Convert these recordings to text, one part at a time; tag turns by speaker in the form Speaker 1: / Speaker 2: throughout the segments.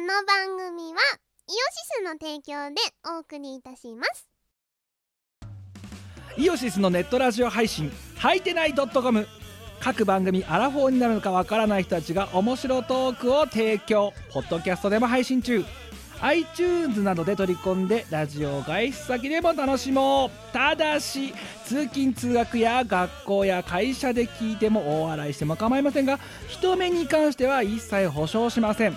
Speaker 1: の番組はイオシスの提供でお送りいたします
Speaker 2: イオシスのネットラジオ配信「はいてない .com」各番組アラフォーになるのかわからない人たちが面白トークを提供ポッドキャストでも配信中 iTunes などで取り込んでラジオを外出先でも楽しもうただし通勤通学や学校や会社で聞いても大笑いしても構いませんが人目に関しては一切保証しません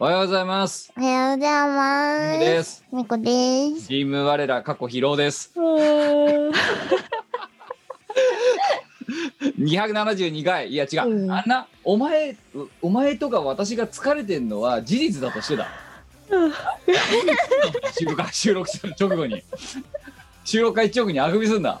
Speaker 3: おはようございます。
Speaker 1: おはようございま
Speaker 3: ミ
Speaker 1: す
Speaker 3: ムです。
Speaker 1: みこです
Speaker 3: チーム我ら過去疲労です。272回。いや違う。
Speaker 1: うん
Speaker 3: あんな、お前、うお前とか私が疲れてんのは事実だとしてだ。収録収録する直後に。収録会直後にあくびすんな。
Speaker 1: よ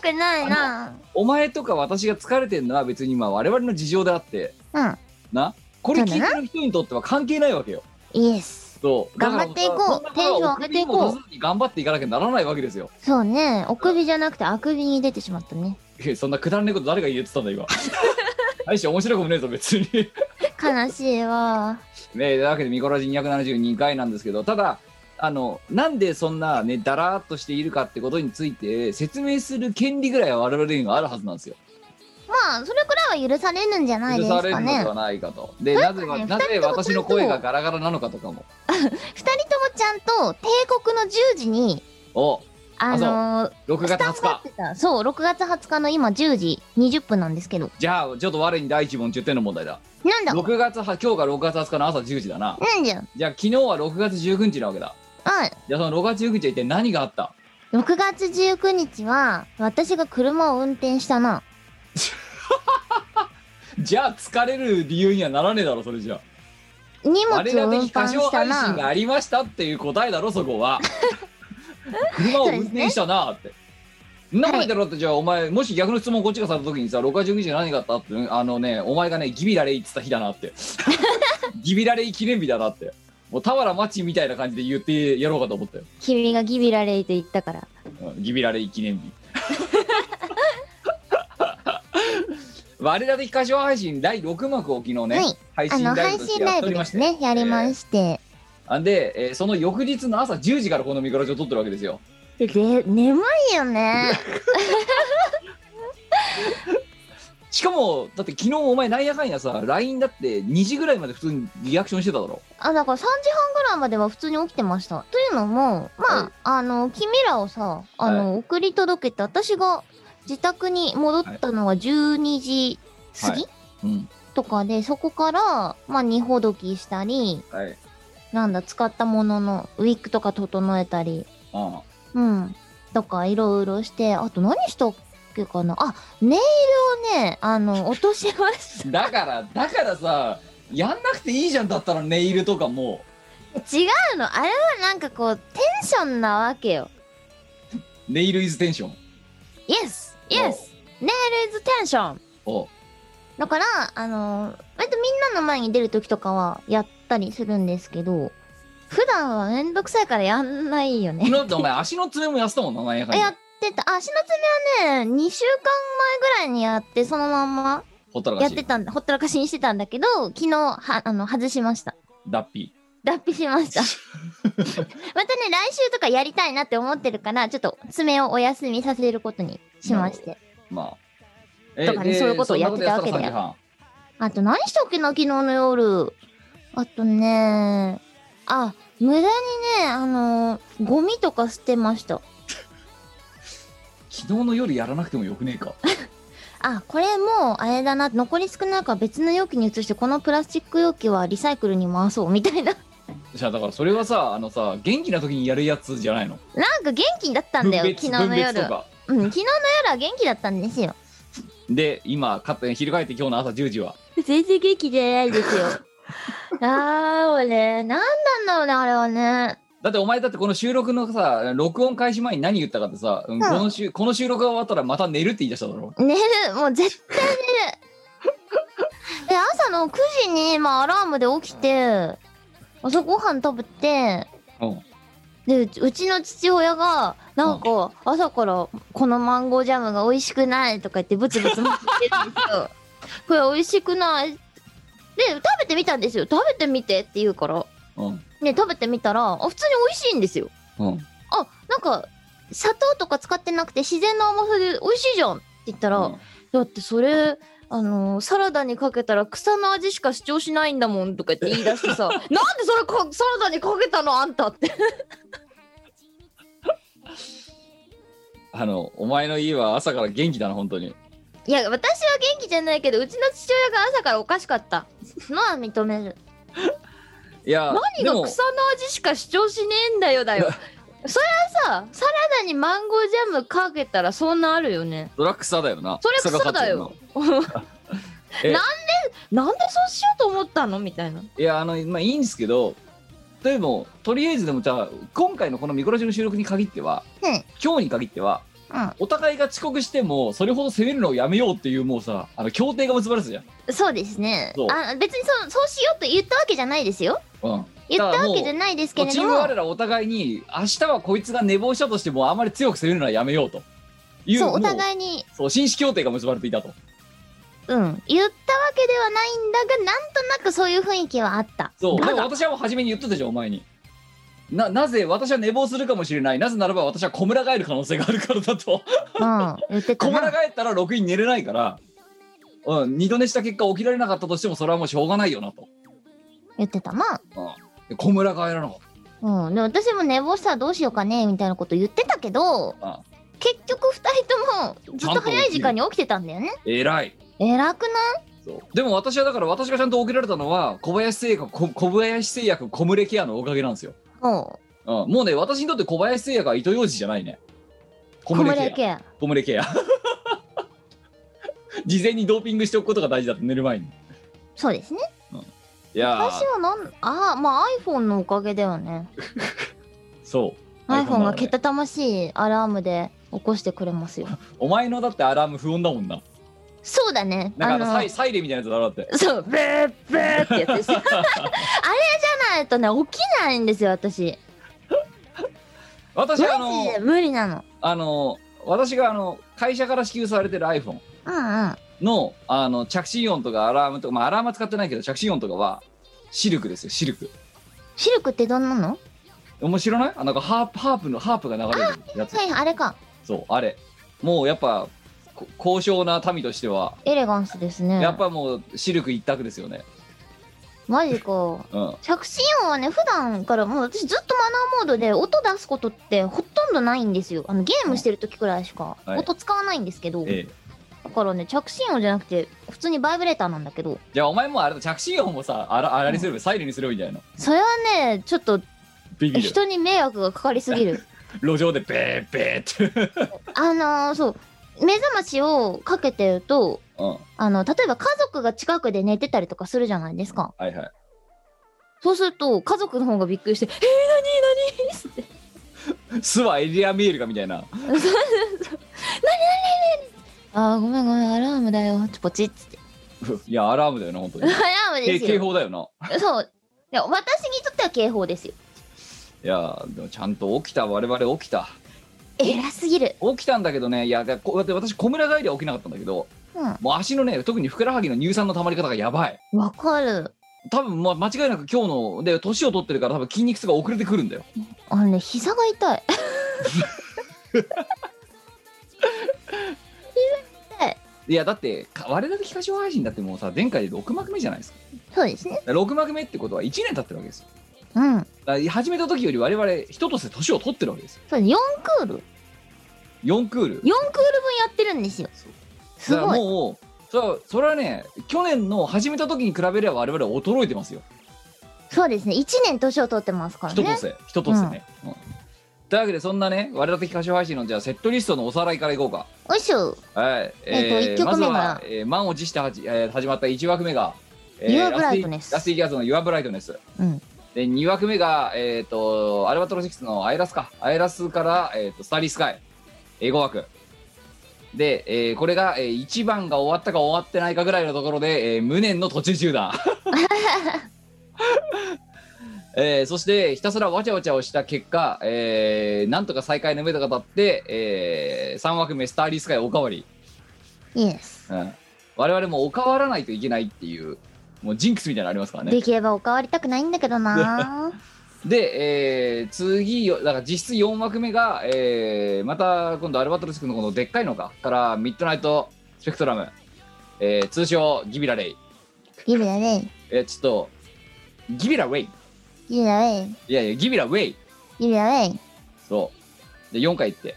Speaker 1: くないな
Speaker 3: お前とか私が疲れてんのは別にまあ我々の事情であって、
Speaker 1: うん
Speaker 3: な。これ聞いてる人にとっては関係ないわけよ。
Speaker 1: イエス
Speaker 3: そう。だから
Speaker 1: 頑張っていこう
Speaker 3: そんなことは
Speaker 1: テンション上げていこう
Speaker 3: お首も出さずに頑張っていかなきゃならないわけですよ。
Speaker 1: そうねお首じゃなくてあくびに出てしまったね
Speaker 3: いやそんなくだらねえこと誰が言ってたん だ今大して面白くもねえぞ別に
Speaker 1: 悲しい わ
Speaker 3: ねえというわけでミコラジ272回なんですけどただあのなんでそんなねだらーっとしているかってことについて説明する権利ぐらいは我々にはあるはずなんですよ
Speaker 1: まあそれくらいは許されるんじゃないです
Speaker 3: 許される
Speaker 1: か
Speaker 3: ので
Speaker 1: ね
Speaker 3: はないかとで
Speaker 1: な
Speaker 3: なんぜ
Speaker 1: かね
Speaker 3: はな
Speaker 1: 二
Speaker 3: ぜ
Speaker 1: 人とも
Speaker 3: 私の声がガラガラなのかとかも
Speaker 1: 二人ともちゃんと帝国の10時に
Speaker 3: お
Speaker 1: あのー
Speaker 3: 6月20
Speaker 1: スタンプやっ
Speaker 3: 日
Speaker 1: てたそう6月20日の今10時20分なんですけど
Speaker 3: じゃあちょっと我に第一問10点の問題だ
Speaker 1: なんだ
Speaker 3: 6月は今日が6月20日の朝10時だな
Speaker 1: なんじゃ
Speaker 3: じゃあ昨日は6月19日なわけだ
Speaker 1: はい
Speaker 3: じゃあその6月19日は一体何があった
Speaker 1: 6月19日は私が車を運転したな
Speaker 3: じゃあ疲れる理由にはならねえだろそれじゃ
Speaker 1: 荷物
Speaker 3: あ我ら
Speaker 1: を運
Speaker 3: 的
Speaker 1: 搬
Speaker 3: 過
Speaker 1: し
Speaker 3: 小
Speaker 1: た
Speaker 3: 配信が
Speaker 1: な
Speaker 3: ありましたっていう答えだろそこ は車を運転したなってそんなこと言ってろって、じゃあお前もし逆の質問こっちがされた時にさ6月19日何があったってうんあのねお前がねギビラレイっつった日だなって ギビラレイ記念日だなってもう俵町みたいな感じで言ってやろうかと思ったよ、
Speaker 1: 君がギビラレイと言ったから
Speaker 3: うんギビラレイ記念 日我ら的歌唱配信第6幕を昨日ね、
Speaker 1: はい
Speaker 3: 配
Speaker 1: あ
Speaker 3: 信
Speaker 1: の
Speaker 3: ライ
Speaker 1: 配
Speaker 3: ブとし
Speaker 1: 信
Speaker 3: てや
Speaker 1: ライ
Speaker 3: ってお
Speaker 1: ブ
Speaker 3: り
Speaker 1: で
Speaker 3: まし
Speaker 1: す
Speaker 3: て
Speaker 1: ねやりまして
Speaker 3: あんで、えーその翌日の朝10時からこのミクロジを撮ってるわけですよ。
Speaker 1: で眠いよね
Speaker 3: しかも、だって昨日お前なんやかんやさ、LINE だって2時ぐらいまで普通にリアクションしてただろ。
Speaker 1: あだから3時半ぐらいまでは普通に起きてましたというのも
Speaker 3: は
Speaker 1: ま
Speaker 3: い
Speaker 1: ああの君らをさあの、送り届けて私が自宅に戻ったのは12時過ぎ、
Speaker 3: はうん。
Speaker 1: とかでそこからまあ荷ほどきしたり
Speaker 3: はい。
Speaker 1: なんだ使ったもののウィッグとか整えたり
Speaker 3: あ
Speaker 1: うん。とか、いろいろして、あと何したっけかなあ、ネイルをね、あの、落としまし
Speaker 3: あだから、 だからさ、やんなくていいじゃんだったらネイルとかも
Speaker 1: た。違うの。あれはなんかこう、テンションなわけよ。
Speaker 3: う、ネイルイズテンション。
Speaker 1: Yes! Yes! ネイル is tension!
Speaker 3: おう
Speaker 1: だから、あの、割とみんなの前に出るときとかはやったりするんですけど、普段はめんどくさいからやんないよね。
Speaker 3: だってお前足の爪も痩せたもんな、なんやかん
Speaker 1: や
Speaker 3: や
Speaker 1: っ。てた。あ足の爪はね、2週間前ぐらいにやって、そのまんま
Speaker 3: ほったら
Speaker 1: や
Speaker 3: か
Speaker 1: って
Speaker 3: し。
Speaker 1: たんだ、ほったらかしにしてたんだけど、昨日、は、あの、外しました。
Speaker 3: 脱皮。
Speaker 1: 脱皮しま した。またね、来週とかやりたいなって思ってるから、ちょっと爪をお休みさせることにしまして。
Speaker 3: まあ。え
Speaker 1: とかね
Speaker 3: で
Speaker 1: そういうことをやってたわけだよ
Speaker 3: そんなこ
Speaker 1: あと何したっけな、昨日の夜。あとね、あ、無駄にね、あのーゴミとか捨てました。
Speaker 3: とやってたら3時半昨日の夜やらなくてもよくねえか。
Speaker 1: あ、これもう、あれだな、残り少ないから別の容器に移して、このプラスチック容器はリサイクルに回そう、みたいな。
Speaker 3: じゃあだからそれはさ、あのさ、元気な時にやるやつじゃないの。
Speaker 1: なんか元気だったんだよ、
Speaker 3: 分
Speaker 1: 昨
Speaker 3: 別
Speaker 1: 日の
Speaker 3: 分別と
Speaker 1: 夜。
Speaker 3: か
Speaker 1: うん、昨日の夜は元気だったんですよ。
Speaker 3: で今勝手に翻って今日の朝10時は
Speaker 1: 全然元気じゃないですよ。あー、俺、なんなんだろうね、あれはね。
Speaker 3: だってお前だってこの収録のさ録音開始前に何言ったかってさ、うんこの収この収録が終わったらまた寝るって言い出しただろ
Speaker 1: 寝る、もう絶対 寝る。で、朝の9時に、まあ、アラームで起きて、朝ごはん食べて、
Speaker 3: うん
Speaker 1: で、うちうちの父親が、なんか、朝から、このマンゴージャムが美味しくないとか言って、ブツブツ言ってるんです よ。これ美味しくない。で、食べてみたんですよ。食べてみてって言うから。
Speaker 3: うん
Speaker 1: ね、食べてみたら、あ、普通に美味しいんですよ。
Speaker 3: うん
Speaker 1: あ、なんか、砂糖とか使ってなくて自然な甘さで美味しいじゃんって言ったら、
Speaker 3: うん
Speaker 1: だってそれ、あのーサラダにかけたら草の味しか主張しないんだもんとか言って言い出して さ、なんでそれかサラダにかけたのあんたって。
Speaker 3: あのお前の家は朝から元気だな本当に
Speaker 1: いや、私は元気じゃないけど、うちの父親が朝からおかしかったのは認める。
Speaker 3: いや
Speaker 1: 何
Speaker 3: で
Speaker 1: が
Speaker 3: も
Speaker 1: 草の味しか主張しねえんだよだよ。それはさ、サラダにマンゴージャムかけたらそんなあるよね。
Speaker 3: それは草だよな
Speaker 1: それは草だよ
Speaker 3: 草が立つよなえ
Speaker 1: なんでそうしようと思ったのみたいな。
Speaker 3: いやあのまあいいんですけどでもとりあえずでもじゃあ今回のこの「ミコラジ」の収録に限っては
Speaker 1: うん
Speaker 3: 今日に限ってはお互いが遅刻してもそれほど責めるのをやめようっていうもうさあの協定が結ばれてたじゃん
Speaker 1: そうですね
Speaker 3: そう。
Speaker 1: あ別にそうそうしようと言ったわけじゃないですよ。
Speaker 3: うん
Speaker 1: 言ったわけじゃ
Speaker 3: だからも
Speaker 1: ないです
Speaker 3: う
Speaker 1: け
Speaker 3: もう
Speaker 1: れ
Speaker 3: チ
Speaker 1: ど
Speaker 3: ーム我
Speaker 1: も、
Speaker 3: らお互いに明日はこいつが寝坊したとしてもあまり強く責めるのはやめようという
Speaker 1: そうお
Speaker 3: い
Speaker 1: 互いに、
Speaker 3: そう紳士協定が結ばれていたと
Speaker 1: うん、言ったわけではないんだが、なんとなくそういう雰囲気はあった。
Speaker 3: そう
Speaker 1: だ
Speaker 3: でも
Speaker 1: が
Speaker 3: 私はもう初めに言っとったじゃんお前にななぜ私は寝坊するかもしれないなぜならば私は小村帰る可能性があるからだと
Speaker 1: うん、言ってた
Speaker 3: 小
Speaker 1: な。
Speaker 3: 村帰ったら6位寝れないから、うん、二度寝した結果起きられなかったとしてもそれはもうしょうがないよなと
Speaker 1: 言ってたな。
Speaker 3: で小村帰らなかっ
Speaker 1: うん、で私も寝坊したらどうしようかねみたいなこと言ってたけど
Speaker 3: あ
Speaker 1: 結局2人ともずっと早い時間に起きてたんだよね
Speaker 3: た偉い
Speaker 1: 偉くない
Speaker 3: そうでも私はだから私がちゃんと起きられたのは小林製薬こ小林製薬小村ケアのおかげなんですよ、
Speaker 1: も
Speaker 3: うん、もうね私にとって小林製薬は糸ようじじゃないね
Speaker 1: う小
Speaker 3: 小村
Speaker 1: 村
Speaker 3: ケア
Speaker 1: ケア
Speaker 3: 小村ケア 事前にドーピングしておくことが大事だって寝る前に
Speaker 1: そうですね
Speaker 3: いや
Speaker 1: 私
Speaker 3: ー
Speaker 1: はなんああまあ iPhone のおかげだよね
Speaker 3: そう
Speaker 1: iPhone がけ
Speaker 3: ね
Speaker 1: たたましいアラームで起こしてくれますよ
Speaker 3: お前のだってアラーム不穏だもんな
Speaker 1: そうだね
Speaker 3: な
Speaker 1: あ
Speaker 3: んか
Speaker 1: の
Speaker 3: あのサイサイレンみたいなやつだろだって
Speaker 1: そうブーブーってやつです あれじゃないとね起きないんですよ私マ
Speaker 3: 私あ
Speaker 1: ジ
Speaker 3: の
Speaker 1: で無理なの
Speaker 3: あの私があの会社から支給されてる iPhone
Speaker 1: うんうん
Speaker 3: のあの着信音とかアラームとか、まあ、アラームは使ってないけど着信音とかはシルクですよシルク
Speaker 1: シルクってどんなの
Speaker 3: お前知らないあなんかハープハープのハープが流れるやつ
Speaker 1: はいあれか
Speaker 3: そうあれもうやっぱこ高尚な民としては
Speaker 1: エレガンスですね
Speaker 3: やっぱもうシルク一択ですよね
Speaker 1: マジか
Speaker 3: うん
Speaker 1: 着信音はね普段からもう私ずっとマナーモードで音出すことってほとんどないんですよあのゲームしてる時くらいしか
Speaker 3: はい
Speaker 1: 音使わないんですけど、
Speaker 3: ええ
Speaker 1: だからね着信音じゃなくて普通にバイブレーターなんだけど
Speaker 3: じゃあお前もあれだ着信音もさあらあれにすれば、サイレンにすればいいんじゃないの
Speaker 1: それはねちょっと
Speaker 3: ビビる
Speaker 1: 人に迷惑がかかりすぎ る
Speaker 3: 路上でベーベーって
Speaker 1: あのー、そう目覚ましをかけてると
Speaker 3: うんは
Speaker 1: あの例えば家族が近くで寝てたりとかするじゃないですか
Speaker 3: いはい
Speaker 1: そうすると家族の方がびっくりして「えー、なになに?」って
Speaker 3: 巣はエリアメールかみたいな
Speaker 1: 「あーごめんごめんアラームだよ」ポチッつって
Speaker 3: いやアラームだよな本当
Speaker 1: ア
Speaker 3: に
Speaker 1: ラーム
Speaker 3: け
Speaker 1: ですよ
Speaker 3: 警報だよな
Speaker 1: そう。いや私にとっては警報ですよ。
Speaker 3: いやでもちゃんと起きた我々起きた
Speaker 1: 偉すぎる。
Speaker 3: 起きたんだけどねいやこだって私小村帰りは起きなかったんだけど
Speaker 1: う
Speaker 3: もう足のね特にふくらはぎの乳酸の溜まり方がやばい
Speaker 1: ん。わかる。
Speaker 3: 多分まあ間違いなく今日ので年を取ってるから多分筋肉痛が遅れてくるんだよ
Speaker 1: あのね、膝が痛い。
Speaker 3: いやだってか我々東配信だってもうさ前回で6幕目じゃないですか
Speaker 1: そうですね。
Speaker 3: 6幕目ってことは1年経ってるわけですよ
Speaker 1: うん。
Speaker 3: だから始めた時より我々人として年を取ってるわけですよ
Speaker 1: そう、4クール ?4 ク
Speaker 3: 4クール
Speaker 1: ール分やってるんですよ。す
Speaker 3: だから
Speaker 1: ごい。
Speaker 3: もうそれはそれはね去年の始めた時に比べれば我々は衰えてますよ
Speaker 1: そうですね。1年年を取ってますから
Speaker 3: 人と
Speaker 1: ね
Speaker 3: し。て人としてね、うんというわけでそんなね我々的歌手配信のじゃあセットリストのおさらいからいこうか
Speaker 1: おいしょ。
Speaker 3: はい、
Speaker 1: えーと一曲目が
Speaker 3: まずは、えー満を持してはじ、えー始まった1枠目がえー
Speaker 1: Your Brightness
Speaker 3: ラスティギャーズの Your Brightness
Speaker 1: うん
Speaker 3: で2枠目が、えー、とアルバトロ6のアイラスかアイラスから、えー、とスターリースカイ英語枠で、えーこれが、え1番が終わったか終わってないかぐらいのところで、えー無念の途中中断、 えーそしてひたすらわちゃわちゃをした結果、えーなんとか再開の目とか立って、え3枠目スターリースカイおかわり
Speaker 1: イエス
Speaker 3: うん我々もおかわらないといけないっていうもうジンクスみたいなのありますからね
Speaker 1: できればおかわりたくないんだけど な
Speaker 3: で、えー次よだから実質4枠目が、えーまた今度アルバトロス君のこのでっかいのかからミッドナイトスペクトラム、えー通称ギビラレイ、
Speaker 1: ギブだね
Speaker 3: えーちょっとギビラウェイ
Speaker 1: ギブだね
Speaker 3: いやいやギビラウェイ
Speaker 1: ギブだね
Speaker 3: そうで4回言って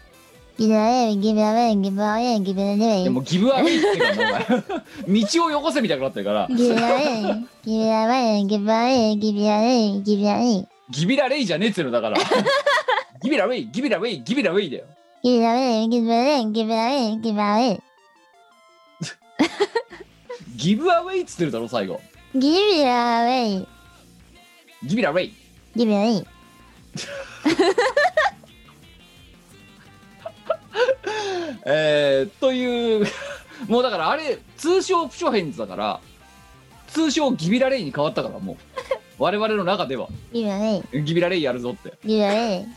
Speaker 1: ギブだねギブだねギブだねギブだね
Speaker 3: でもギブアウェイっていうかもうお前 道をよこせみたいになってるから
Speaker 1: ギブだ ねギブだねギブだねギブだねギブだね
Speaker 3: ギビラレイじゃねえっつうのだからギビラウェイギビラウェイギビラウェイだよ
Speaker 1: ギブだねギブだねギブだねギブだね
Speaker 3: ギブアウェイっつってるだろ最後
Speaker 1: ギブだね
Speaker 3: ギビラウェイ
Speaker 1: ギブだね
Speaker 3: えー、という もうだからあれ通称プショヘンズだから通称ギビラレイに変わったからもう我々の中では
Speaker 1: ギブだね
Speaker 3: ギビラレイやるぞって
Speaker 1: ギブだね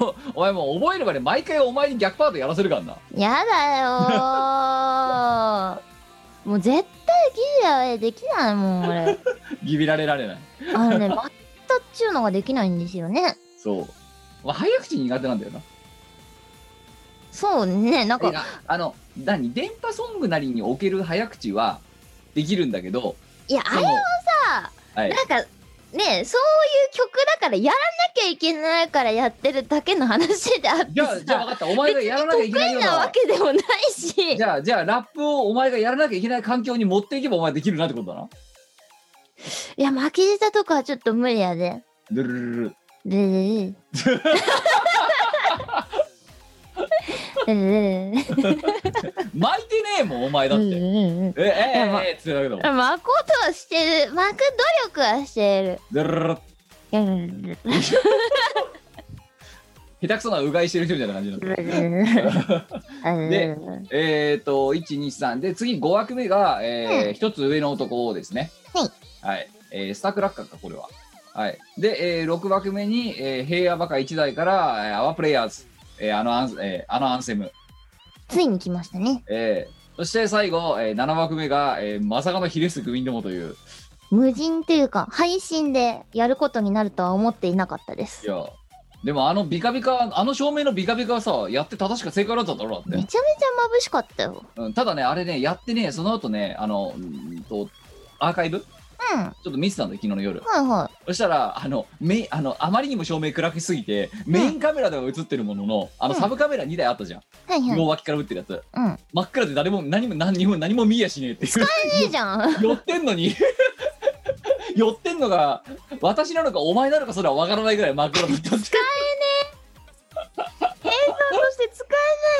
Speaker 3: おお前もう覚えるまで毎回お前に逆パートやらせるからな
Speaker 1: や だよーもう絶対ギリアできないもん俺
Speaker 3: ギビラレられない
Speaker 1: あ のねバッタっちゅうのができないんですよね
Speaker 3: そう、まあ、早口苦手なんだよな
Speaker 1: そうねなんか
Speaker 3: いやあの何電波ソングなりにおける早口はできるんだけど
Speaker 1: いやあれ
Speaker 3: でも
Speaker 1: さ
Speaker 3: はい
Speaker 1: なんかねそういう曲だからやらなきゃいけないからやってるだけの話であって
Speaker 3: じゃ
Speaker 1: さ
Speaker 3: あじゃあ分かったお前がやらなきゃいけないよ
Speaker 1: 得
Speaker 3: う
Speaker 1: 意なわ
Speaker 3: な
Speaker 1: けでもないし
Speaker 3: じゃあじゃあラップをお前がやらなきゃいけない環境に持っていけばお前できるなってことだない
Speaker 1: や巻き舌とかはちょっと無理やで
Speaker 3: ルルルルル
Speaker 1: で ででででで
Speaker 3: 巻いてねえもんお前だっ
Speaker 1: う
Speaker 3: て、
Speaker 1: んうんうん
Speaker 3: えええ
Speaker 1: いやまあ
Speaker 3: ええっつってだけども
Speaker 1: 巻こうとはしてる巻く努力はしてる
Speaker 3: ドゥルルルル下手くそなうがいしてる人みたいな感じになってるでえっ、ー、と123で次5枠目が、えー1つ上の男ですね、
Speaker 1: はい
Speaker 3: はいえースタークラッカーかこれははいで、え6枠目に、えー平和バカ1台から、えーアワープレイヤーズ、えーあのアンスえーあのアンセム、
Speaker 1: ついに来ましたね
Speaker 3: えーそして最後、え7枠目が、えーまさかのヒレスグミンどもという
Speaker 1: 無人というか配信でやることになるとは思っていなかったで
Speaker 3: い
Speaker 1: す
Speaker 3: やでもあのビカビカあの照明のビカビカはさやって正しか正解だっただろうだ
Speaker 1: めちゃ
Speaker 3: っ
Speaker 1: め
Speaker 3: て、
Speaker 1: ちゃ眩しかったよ
Speaker 3: うん、ただねあれねやってねその後ねあのうーんとアーカイブち
Speaker 1: うんは
Speaker 3: ょっと見てたんだよ昨日の夜
Speaker 1: いは
Speaker 3: そしたらあのメインあのあまりにも照明暗くしすぎてメインカメラでは映ってるもののあの
Speaker 1: うん
Speaker 3: サブカメラ2台あったじゃん、
Speaker 1: いはいはい
Speaker 3: 両脇から打ってるやつ
Speaker 1: うんね
Speaker 3: 真っ暗で誰も何も何も何も見やしねえっていう
Speaker 1: えじゃん
Speaker 3: 寄ってんのに 寄ってんのが私なのかお前なのかそれは分からないぐらい真っ暗だったんです
Speaker 1: そして使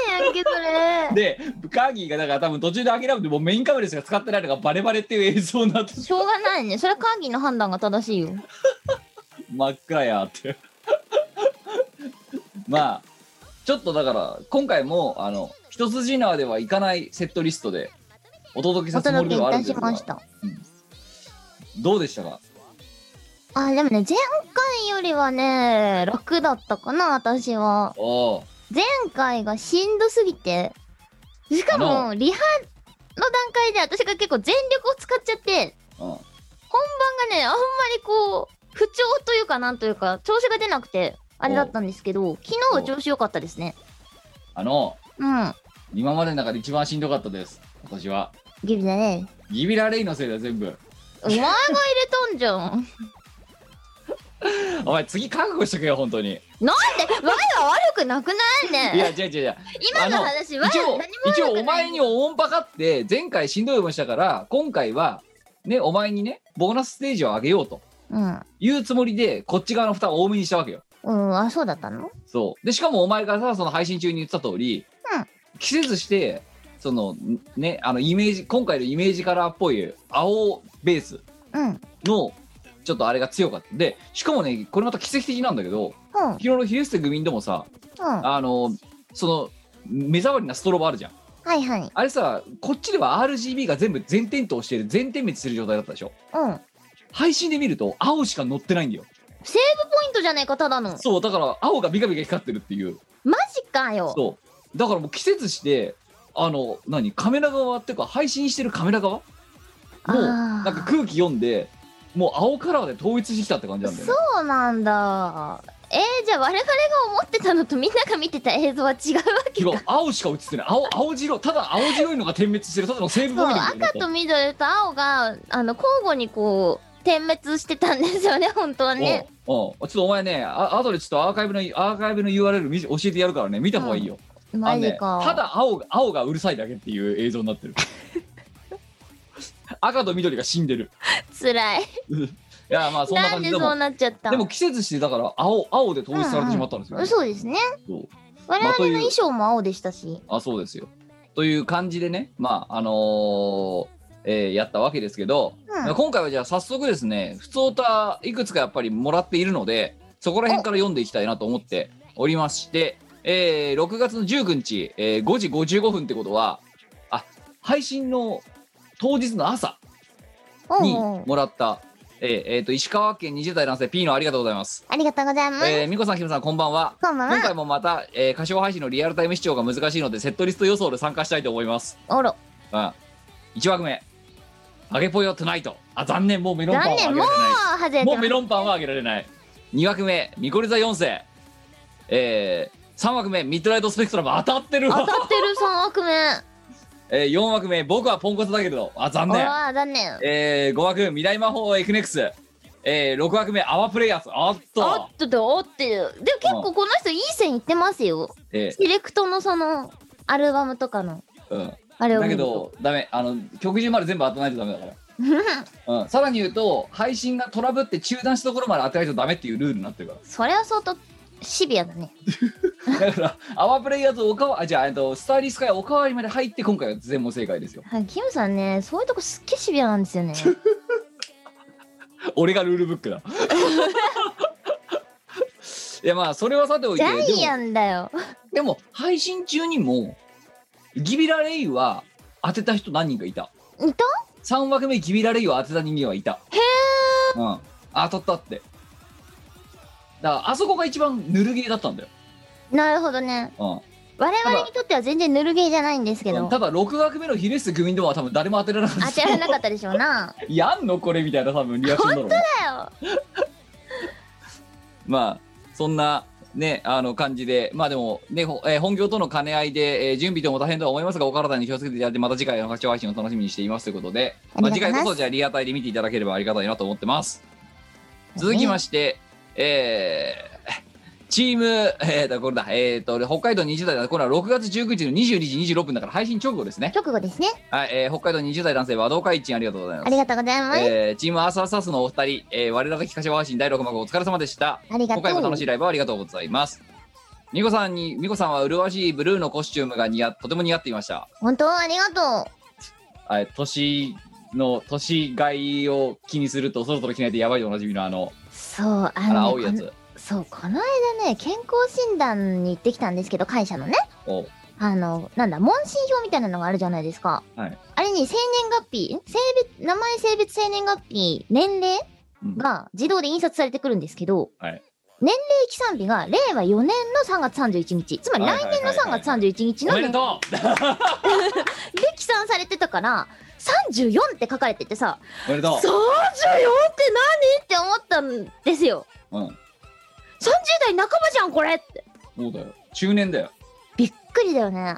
Speaker 1: えないやんけそれ
Speaker 3: で、カーギーがだから多分途中で諦めてもうメインカメラしか使ってないのがバレバレっていう映像になって
Speaker 1: しょうがないねそれは会議の判断が正しいよ
Speaker 3: 真っ暗やって。 まあ、ちょっとだから今回もあの一筋縄ではいかないセットリストでお届け
Speaker 1: お
Speaker 3: させて
Speaker 1: 届
Speaker 3: もら
Speaker 1: け
Speaker 3: で
Speaker 1: い
Speaker 3: はある
Speaker 1: た
Speaker 3: んで
Speaker 1: し
Speaker 3: すが
Speaker 1: ました
Speaker 3: どうでしたか
Speaker 1: あでもね前回よりはね楽だったかな私は
Speaker 3: おお
Speaker 1: 前回がしんどすぎてしか
Speaker 3: あ
Speaker 1: もリハの段階で私が結構全力を使っちゃって
Speaker 3: う、う
Speaker 1: 本
Speaker 3: ん、
Speaker 1: 番がねあんまりこう不調というかなんというか調子が出なくてあれだったんですけど昨日は調子良かったですね
Speaker 3: あの
Speaker 1: うん
Speaker 3: 今までの中で一番しんどかったです私は
Speaker 1: ギリだね
Speaker 3: ギビラレイのせいだ全部
Speaker 1: お前が入れたんじゃんなんで
Speaker 3: お前次覚悟しとけよ本当に
Speaker 1: 前は悪くなくない
Speaker 3: いや
Speaker 1: ね
Speaker 3: 違う違う違う
Speaker 1: 今の話前
Speaker 3: 一
Speaker 1: は何
Speaker 3: 応
Speaker 1: も
Speaker 3: 一応
Speaker 1: 悪
Speaker 3: お
Speaker 1: くな
Speaker 3: 前
Speaker 1: い
Speaker 3: におもんぱかって前回しんどい思いしたから今回はねお前にねボーナスステージを上げようと
Speaker 1: うん
Speaker 3: いうつもりでこっち側の負担を多めにしたわけよ
Speaker 1: うんあそうだったの
Speaker 3: そうでしかもお前がさその配信中に言ってた通り、
Speaker 1: うん
Speaker 3: 着せずしてそのねあのイメージ今回のイメージカラーっぽい青ベース
Speaker 1: うん。
Speaker 3: のちょっとあれが強かったでしかもねこれまた奇跡的なんだけど
Speaker 1: うん。
Speaker 3: 昨日の「ヒルステグミン」でもさ
Speaker 1: うん。は
Speaker 3: あのその目障りなストロボあるじゃん
Speaker 1: いはい。
Speaker 3: あれさこっちでは RGB が全部全点灯してる全点滅する状態だったでしょ
Speaker 1: うん。
Speaker 3: 配信で見ると青しか乗ってないんだよ
Speaker 1: セーブポイントじゃねえか、ただの。
Speaker 3: そうだから青がビカビカ光ってるっていう
Speaker 1: マジかよ。
Speaker 3: そうだからもう季節してあの何カメラ側っていうか配信してるカメラ側
Speaker 1: あー
Speaker 3: もうなんか空気読んでもう青カラーで統一してきたって感じなんだよね
Speaker 1: そうなんだ。えー、じゃあ我々が思ってたのとみんなが見てた映像は違うわけ
Speaker 3: 違う青しか映ってない青青白ただ青白いのが点滅してるただのセーブ
Speaker 1: そう
Speaker 3: ボイルだよね
Speaker 1: 赤と緑と青があの交互にこう点滅してたんですよね本当はね
Speaker 3: おうおうちょっとお前ねあ後でちょっとアーカイブのアーカイブの URL 見せ教えてやるからね見た方がいいよ、あ
Speaker 1: マ
Speaker 3: のね
Speaker 1: ジか、
Speaker 3: ただ青が青がうるさいだけっていう映像になって る赤と緑が死んでる
Speaker 1: 辛い
Speaker 3: いやまあそんな
Speaker 1: なん
Speaker 3: 感じ
Speaker 1: でそ
Speaker 3: で
Speaker 1: う
Speaker 3: も
Speaker 1: なっちゃった
Speaker 3: でも季節してだから青青で統一されてしまったんですよ、ね
Speaker 1: そうですね
Speaker 3: そう
Speaker 1: 我々の
Speaker 3: という
Speaker 1: 衣装も青でしたし、
Speaker 3: あそうですよという感じでねまああのーえーやったわけですけど、
Speaker 1: うん
Speaker 3: 今回はじゃあ早速ですね普通歌いくつかやっぱりもらっているのでそこら辺から読んでいきたいなと思っておりまして、えー6月の19日、えー5時55分ってことはあ配信の当日の朝に
Speaker 1: おうおう
Speaker 3: もらった、えーえーと石川県20代男性 P のありがとうございます、
Speaker 1: ありがとうございます、
Speaker 3: えー、美子さんひろさんこんばんは
Speaker 1: こんばん
Speaker 3: 今
Speaker 1: は
Speaker 3: 回もまた、えー歌唱配信のリアルタイム視聴が難しいのでセットリスト予想で参加したいと思います、
Speaker 1: おろ
Speaker 3: うん、1枠目「揚げぽよトゥナイト」あ残念もうメロンパン
Speaker 1: 残
Speaker 3: はあげら
Speaker 1: 念
Speaker 3: れ
Speaker 1: も
Speaker 3: な
Speaker 1: う外
Speaker 3: い
Speaker 1: れ
Speaker 3: も
Speaker 1: た
Speaker 3: うメロンパンはあげられない2枠目「ミコリザ4世」えー、3枠目「ミッドライトスペクトラム」当たってる
Speaker 1: 当
Speaker 3: わ、
Speaker 1: たってる3枠目
Speaker 3: えー、4枠目「僕はポンコツだけど」あ残
Speaker 1: お
Speaker 3: 念
Speaker 1: ら残念
Speaker 3: えー、5枠目「未来魔法エクネクス」えー、6枠目「アワープレイヤーズ」あっ
Speaker 1: あ
Speaker 3: と
Speaker 1: っ、とでおってでも結構この人いい線いってますよ
Speaker 3: え
Speaker 1: セレクトのそのアルバムとかの
Speaker 3: ーうん、
Speaker 1: あれを
Speaker 3: だ
Speaker 1: 見
Speaker 3: け
Speaker 1: ると
Speaker 3: どダメあの曲順まで全部当てないとダメだ から、うん、さらに言うと配信がトラブって中断したところまで当てないとダメっていうルールになってるか
Speaker 1: それは相当シビアだね
Speaker 3: らだからアワープレイヤーズおかわあじゃあえっとスターリースカイおかわりまで入って今回は全問正解ですよ
Speaker 1: はいキムさんねそういうとこすっげえシビアなんですよね
Speaker 3: 俺がルールブックだ いやまあそれはさておい
Speaker 1: ジ
Speaker 3: て
Speaker 1: ャイ
Speaker 3: で
Speaker 1: ア
Speaker 3: も
Speaker 1: ンだよ
Speaker 3: でも配信中にもギビラレイは当てた人何人かいた
Speaker 1: いた
Speaker 3: 3枠目ギビラレイを当てた人間はいたへえ、うん、あ当たったってだからあそこが一番ぬるゲーだったんだよ、
Speaker 1: なるほどね
Speaker 3: うん
Speaker 1: 我々にとっては全然ぬるゲーじゃないんですけ
Speaker 3: うん
Speaker 1: ど
Speaker 3: ただ6枠目のヒルス組でも多分誰も当てられなか
Speaker 1: 当
Speaker 3: った
Speaker 1: てられなかったでしょうな
Speaker 3: やんのこれみたいな多分リアクションだろう
Speaker 1: だ
Speaker 3: ね
Speaker 1: よ
Speaker 3: まあそんなねあの感じでまあでもね、ほえー本業との兼ね合いで、えー準備とも大変とは思いますがお体に気をつけていただいてまた次回の拡張配信を楽しみにしていますということで
Speaker 1: ありがとうご
Speaker 3: 次
Speaker 1: ざい
Speaker 3: 回
Speaker 1: ます
Speaker 3: こそじゃあリアタイで見ていただければありがたいなと思ってます続きまして、えーチーム、えーと、これだ、えーと、北海道20代だ、これは6月19日の22時26分だから配信直後ですね。
Speaker 1: 直後ですね
Speaker 3: はい、えー北海道20代男性、和道会一ありがとうございます
Speaker 1: あり。がとうございます、
Speaker 3: えーチームアーサーサスのお二人、えー、我らが歌唱配信第6幕お疲れ様でした。
Speaker 1: ありがと
Speaker 3: 今
Speaker 1: う
Speaker 3: 回も楽しいライブをありがとうございます。ミコさんに、ミコさんは麗しいブルーのコスチュームが似合とても似合っていました。
Speaker 1: 本当ありがと
Speaker 3: あ年の、年買いを気にすると、そろそろ着ないとやばいでおなじみのあの、
Speaker 1: うそうあ
Speaker 3: あの
Speaker 1: の
Speaker 3: 青い
Speaker 1: ね
Speaker 3: や
Speaker 1: こ
Speaker 3: つ。
Speaker 1: のそうこの間ね健康診断に行ってきたんですけど会社のね
Speaker 3: お
Speaker 1: あのなんだ問診票みたいなのがあるじゃないですか、
Speaker 3: はい
Speaker 1: あれに生年月日ん性別名前性別生年月日年齢
Speaker 3: うん
Speaker 1: が自動で印刷されてくるんですけど、
Speaker 3: はい
Speaker 1: 年齢記算日が令和4年の3月31日つまり
Speaker 3: はい
Speaker 1: 来
Speaker 3: はいはいはい
Speaker 1: 年の3月31日
Speaker 3: お
Speaker 1: の
Speaker 3: め
Speaker 1: 年
Speaker 3: でとう
Speaker 1: で記算されてたから34って書かれててさ
Speaker 3: おめで
Speaker 1: 34
Speaker 3: と
Speaker 1: って何って思ったんですよ
Speaker 3: ううん。
Speaker 1: 30代半ばじゃんこれって
Speaker 3: そうだよ。中年だよ。
Speaker 1: びっくりだよね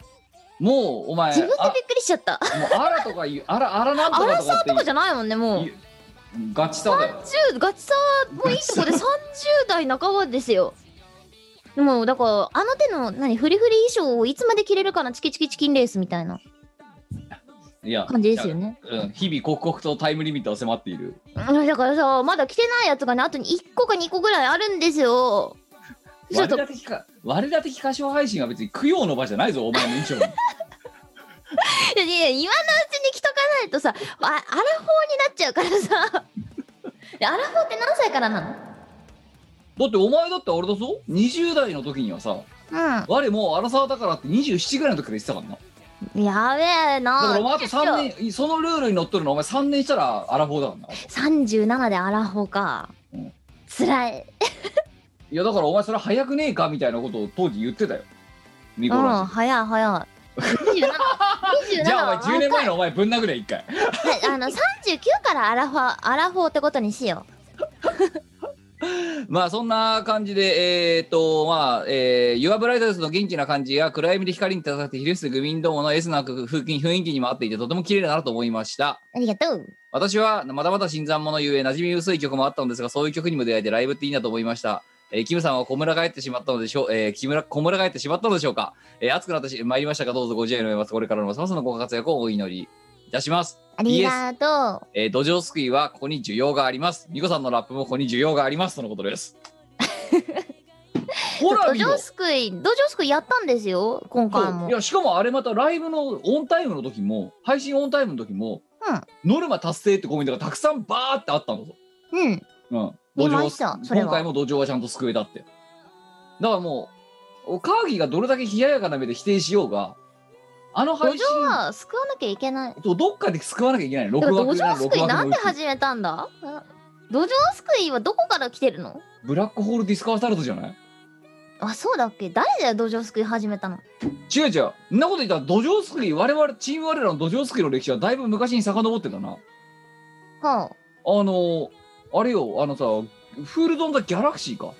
Speaker 3: もう、お前、
Speaker 1: 自分で
Speaker 3: あ
Speaker 1: びっくりしちゃった
Speaker 3: もう、あらとか言う、あら、あらなんと
Speaker 1: ア
Speaker 3: か
Speaker 1: ラ
Speaker 3: とか
Speaker 1: サ
Speaker 3: っ
Speaker 1: ーとかじ
Speaker 3: て
Speaker 1: ゃないもんねもう
Speaker 3: 言う。ガチさだよ。
Speaker 1: 30ガチさもいいとこで30代半ばですよでもだからあの手の何フリフリ衣装をいつまで着れるかなチキチキチキンレースみたいない
Speaker 3: や、
Speaker 1: 感じですよね
Speaker 3: うん、日々刻々とタイムリミットを迫っている。
Speaker 1: うんだからさまだ着てないやつがねあとに1個か2個ぐらいあるんですよちょ
Speaker 3: 我
Speaker 1: っと
Speaker 3: ら的か我ら的歌唱配信は別に供養の場じゃないぞお前の印象に
Speaker 1: やいや今のうちに着とかないとさあアラフォーになっちゃうからさえアラフォーって何歳からなの
Speaker 3: だってお前だってあれだぞ20代の時にはさ
Speaker 1: う
Speaker 3: 我もう荒沢だからって27ぐらいの時から言ってたからなん
Speaker 1: やべえ
Speaker 3: だからお前
Speaker 1: な
Speaker 3: あと3年そのルールにのっとるのお前3年したらアラフォーだからな
Speaker 1: 37でアラフォーか
Speaker 3: うん
Speaker 1: つらい
Speaker 3: いやだからお前それ早くねえかみたいなことを当時言ってたよニコ
Speaker 1: う
Speaker 3: ラ
Speaker 1: ん
Speaker 3: ス
Speaker 1: 早い早い27 27
Speaker 3: じゃあ
Speaker 1: は
Speaker 3: お前10年前のお前ぶん殴れ一回
Speaker 1: はいあの39からアラフォーアラフォーってことにしよ
Speaker 3: まあそんな感じで、えーっと、まあ、えー、ユアブライダルズの元気な感じや暗闇で光に叩かれてひれ伏すグミンどものエスな風景雰囲気にも合っていてとても綺麗だなと思いました。
Speaker 1: うありがとう
Speaker 3: 私はまだまだ新参者ゆえ馴染み薄い曲もあったのですが、そういう曲にも出会えてライブっていいなと思いました。えーキムさんは小村帰ってしまったのでしょう、えー、木村小村帰ってしまったのでしょうか。えー熱くなってしまいりましたが、どうぞご自愛のます。これからのますますのご活躍をお祈りいたします。
Speaker 1: ありがと
Speaker 3: えー、土壌すくいはここに需要があります。ニコさんのラップもここに需要がありますとのこと です。
Speaker 1: う
Speaker 3: ほら
Speaker 1: 土
Speaker 3: 見ろ
Speaker 1: 壌すくい土壌すくいやったんですよ今回
Speaker 3: そ
Speaker 1: も
Speaker 3: ういやしかもあれまたライブのオンタイムの時も配信オンタイムの時も、ノルマ達成ってコメントがたくさんバーってあったのぞ。
Speaker 1: うん
Speaker 3: うん、
Speaker 1: 見ま
Speaker 3: を
Speaker 1: したそれは
Speaker 3: 今回も土壌はちゃんと救えたって。だからもうおカーギーがどれだけ冷ややかな目で否定しようがあの
Speaker 1: 土
Speaker 3: 配信
Speaker 1: 壌はすくわなきゃいけない
Speaker 3: そうどっかで救わなきゃいけないの
Speaker 1: だから
Speaker 3: 録
Speaker 1: 土
Speaker 3: 画
Speaker 1: 壌すくいなんで
Speaker 3: 録画
Speaker 1: 始めたんだあ土壌すくいはどこから来てるの
Speaker 3: ブラックホールディスカーサルトじゃない
Speaker 1: あそうだっけ誰だよ土壌すくい始めたの
Speaker 3: 違う違うそんなこと言ったら土壌すくい我々チーム我らの土壌すくいの歴史はだいぶ昔に遡ってたなあ
Speaker 1: は
Speaker 3: のあれよあのさフールドン・ザ・ギャラクシーか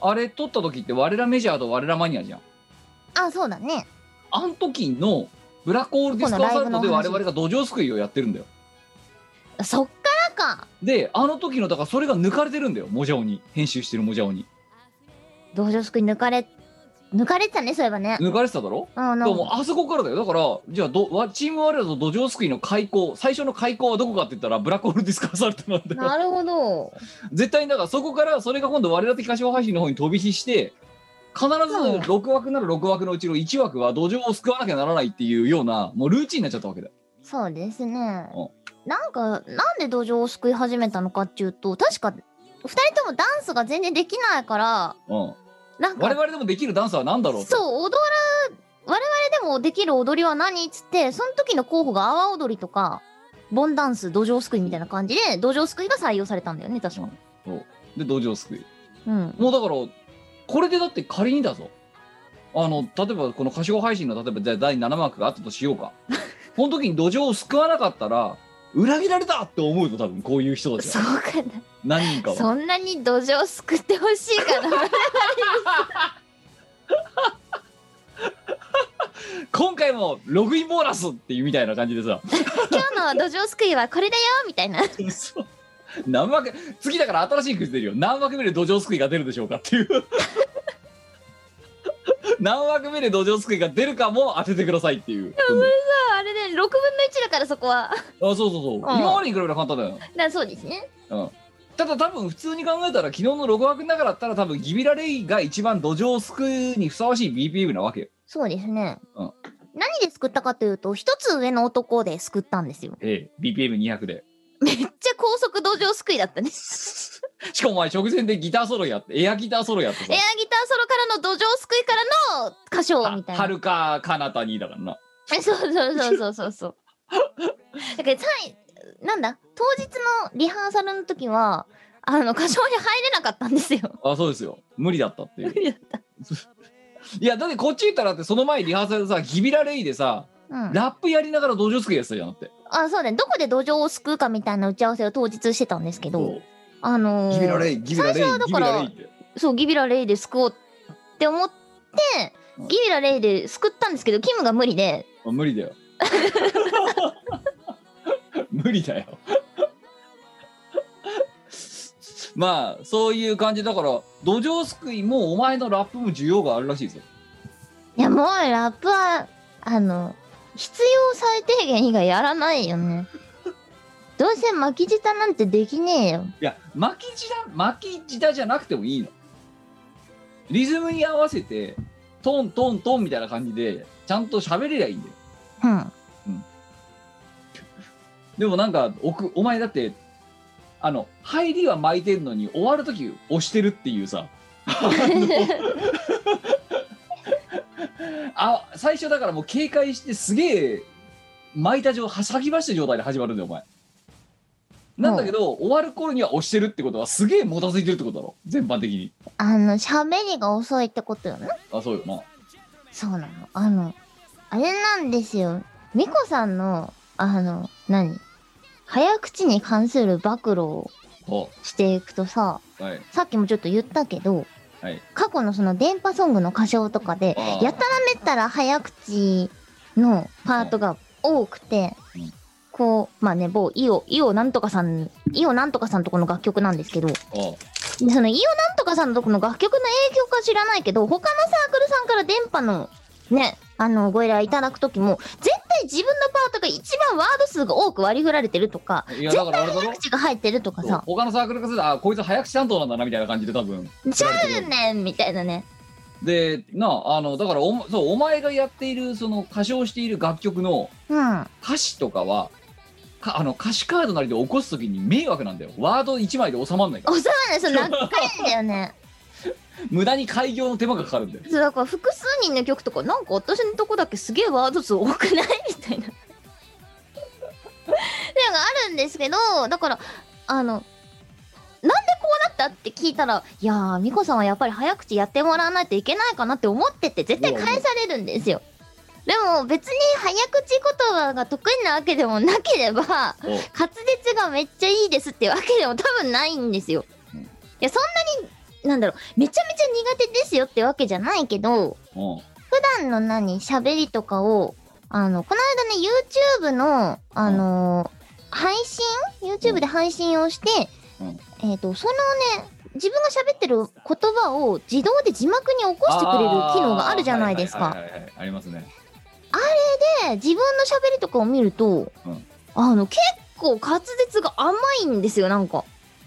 Speaker 3: あれ撮った時って我らメジャーと我らマニアじゃん
Speaker 1: ああそうだね
Speaker 3: あの時のブラックホールディスカーサルトで我々が土壌すくいをやってるんだよ
Speaker 1: そっからか
Speaker 3: であの時のだからそれが抜かれてるんだよモジャオに編集してるモジャオに
Speaker 1: 土壌すくい抜かれ抜かれてたねそういえばね
Speaker 3: 抜かれてただろ
Speaker 1: うん
Speaker 3: で
Speaker 1: なん
Speaker 3: も
Speaker 1: か
Speaker 3: もうあそこからだよだからじゃあどわチーム我らと土壌すくいの開口最初の開口はどこかって言ったらブラックホールディスカーサルトなんだよ
Speaker 1: なるほど
Speaker 3: 絶対にだからそこからそれが今度我々的歌唱配信の方に飛び火して必ず
Speaker 1: そう
Speaker 3: 6枠なら6枠のうちの1枠は土壌を救わなきゃならないっていうようなもうルーチンになっちゃったわけだよ
Speaker 1: そうですねなんかなんで土壌をすくい始めたのかっていうと確か2人ともダンスが全然できないから
Speaker 3: うん、
Speaker 1: なんか
Speaker 3: 我々でもできるダンスは何だろうと
Speaker 1: そう踊る我々でもできる踊りは何っつってその時の候補が阿波踊りとかボンダンス土壌すくいみたいな感じで土壌すくいが採用されたんだよね確か
Speaker 3: で土壌すくい
Speaker 1: うん
Speaker 3: もうだからこれでだって仮にだぞあの例えばこの歌唱配信の例えばじゃあ第7幕があったとしようかこの時に土壌を救わなかったら裏切られたって思うと多分こういう人たち
Speaker 1: そ
Speaker 3: は
Speaker 1: うか
Speaker 3: 何人か
Speaker 1: な
Speaker 3: は
Speaker 1: そんなに土壌すくってほしいか な
Speaker 3: 今回もログインボーナスっていうみたいな感じでさ
Speaker 1: 今日の土壌すくいはこれだよみたいな
Speaker 3: 嘘何枠次だから新しいクイズ出るよ何枠目で土壌すくいが出るでしょうかっていう何枠目で土壌すくいが出るかも当ててくださいっていう
Speaker 1: あれね6分の1だからそこ は
Speaker 3: あそうそうそう、今までに比べれば簡単だよ
Speaker 1: だからそうですね
Speaker 3: ただ多分普通に考えたら昨日の6枠の中だったら多分ギビラレイが一番土壌すくいにふさわしい BPM なわけよ
Speaker 1: そうですね、
Speaker 3: うん
Speaker 1: 何で救ったかというと一つ上の男で救ったんですよ
Speaker 3: ええ BPM200 で
Speaker 1: めっちゃ高速土壌すくいだった ね
Speaker 3: しかもお前直前でギターソロやってエアギターソロやって
Speaker 1: エ
Speaker 3: さ
Speaker 1: アギターソロからの土壌すくいからの歌唱みたい
Speaker 3: は
Speaker 1: な。
Speaker 3: るか彼方にだからな
Speaker 1: えそうそうそうそうそうそう。だけどさいなんだ当日のリハーサルの時はあの歌唱に入れなかったんですよ。
Speaker 3: あそうですよ無理だったっていう
Speaker 1: 無理だった。
Speaker 3: いやだってこっち行ったらだってその前リハーサルでさギビラレイでさ
Speaker 1: うん、
Speaker 3: ラップやりながら土壌すくいやってたじゃんだって
Speaker 1: あそうねどこで土壌をすくうかみたいな打ち合わせを当日してたんですけど
Speaker 3: う
Speaker 1: あのー
Speaker 3: ギビラレイギビラレイ
Speaker 1: 最初はだ
Speaker 3: ギ
Speaker 1: か
Speaker 3: ビラ
Speaker 1: ら
Speaker 3: レイって
Speaker 1: そうギビラレイで救おうって思って
Speaker 3: うん
Speaker 1: ギビラレイで救ったんですけどキムが無理で
Speaker 3: あ無理だよ 無理だよまあそういう感じだから土壌すくいもお前のラップも需要があるらしいですよ
Speaker 1: いやもうラップはあの必要最低限以外やらないよ ねどうせ巻き舌なんてできねえよ
Speaker 3: いや巻き舌巻き舌じゃなくてもいいのリズムに合わせてトントントンみたいな感じでちゃんと喋れりゃいいんだよ
Speaker 1: うん
Speaker 3: でもなんかおくお前だってあの入りは巻いてるのに終わる時押してるってい うさあのあ最初だからもう警戒してすげえ巻いた状は先走った状態で始まるんだよお前なんだけど、終わる頃には押してるってことはすげえもたついてるってことだろ全般的に
Speaker 1: あの、喋りが遅いってことよね。
Speaker 3: あそうよな
Speaker 1: そうなの。あの、あれなんですよ。ミコさんの、あの、何早口に関する暴露を
Speaker 3: ほ
Speaker 1: していくとさ、
Speaker 3: うはい
Speaker 1: さっきもちょっと言ったけど、
Speaker 3: はい
Speaker 1: 過去のその電波ソングの歌唱とかで
Speaker 3: あ、ー
Speaker 1: やたらめったら早口のパートが多くて
Speaker 3: うん、
Speaker 1: こう、まあね、某イオ、イオなんとかさん、イオなんとかさんとこの楽曲なんですけど、
Speaker 3: おう
Speaker 1: でそのイオなんとかさんのとこの楽曲の影響か知らないけど他のサークルさんから電波のねあのご依頼いただく時も絶対自分のパートが一番ワード数が多く割り振られてるとか
Speaker 3: いや
Speaker 1: 絶
Speaker 3: だか
Speaker 1: 対
Speaker 3: らあれだろ
Speaker 1: 早口が入ってるとか
Speaker 3: そう
Speaker 1: さ
Speaker 3: 他のサークルからするとあこいつ早口担当なんだなみたいな感じで多分
Speaker 1: 「ちゃうねん!」みたいなね
Speaker 3: でなああのだからおもそうお前がやっているその歌唱している楽曲の
Speaker 1: うん
Speaker 3: 歌詞とかはかあの歌詞カードなりで起こすときに迷惑なんだよワード1枚で収まんないから
Speaker 1: おさらないその 長いんだよね
Speaker 3: 無駄に開業の手間がかかるんだ よ
Speaker 1: そうだから複数人の曲とかなんか私のとこだけすげえワード数多くないみたいなっていうのがあるんですけどだからあのなんでこうなったって聞いたらいやー美子さんはやっぱり早口やってもらわないといけないかなって思ってて絶対返されるんですよでも別に早口言葉が得意なわけでもなければ
Speaker 3: おう
Speaker 1: 滑舌がめっちゃいいですってわけでも多分ないんですよ。
Speaker 3: うん
Speaker 1: いやそんなになんだろうめちゃめちゃ苦手ですよってわけじゃないけど
Speaker 3: おう
Speaker 1: 普段の何喋りとかをあのこの間ね YouTube のあの配信 YouTube で配信をして、
Speaker 3: うん
Speaker 1: えっ、とそのね自分が喋ってる言葉を自動で字幕に起こしてくれる機能があるじゃないです
Speaker 3: あー
Speaker 1: か。
Speaker 3: はいはいはいはいありますね
Speaker 1: で自分の喋りとかを見ると、
Speaker 3: うん
Speaker 1: あの結構滑舌が甘いんですよなんか。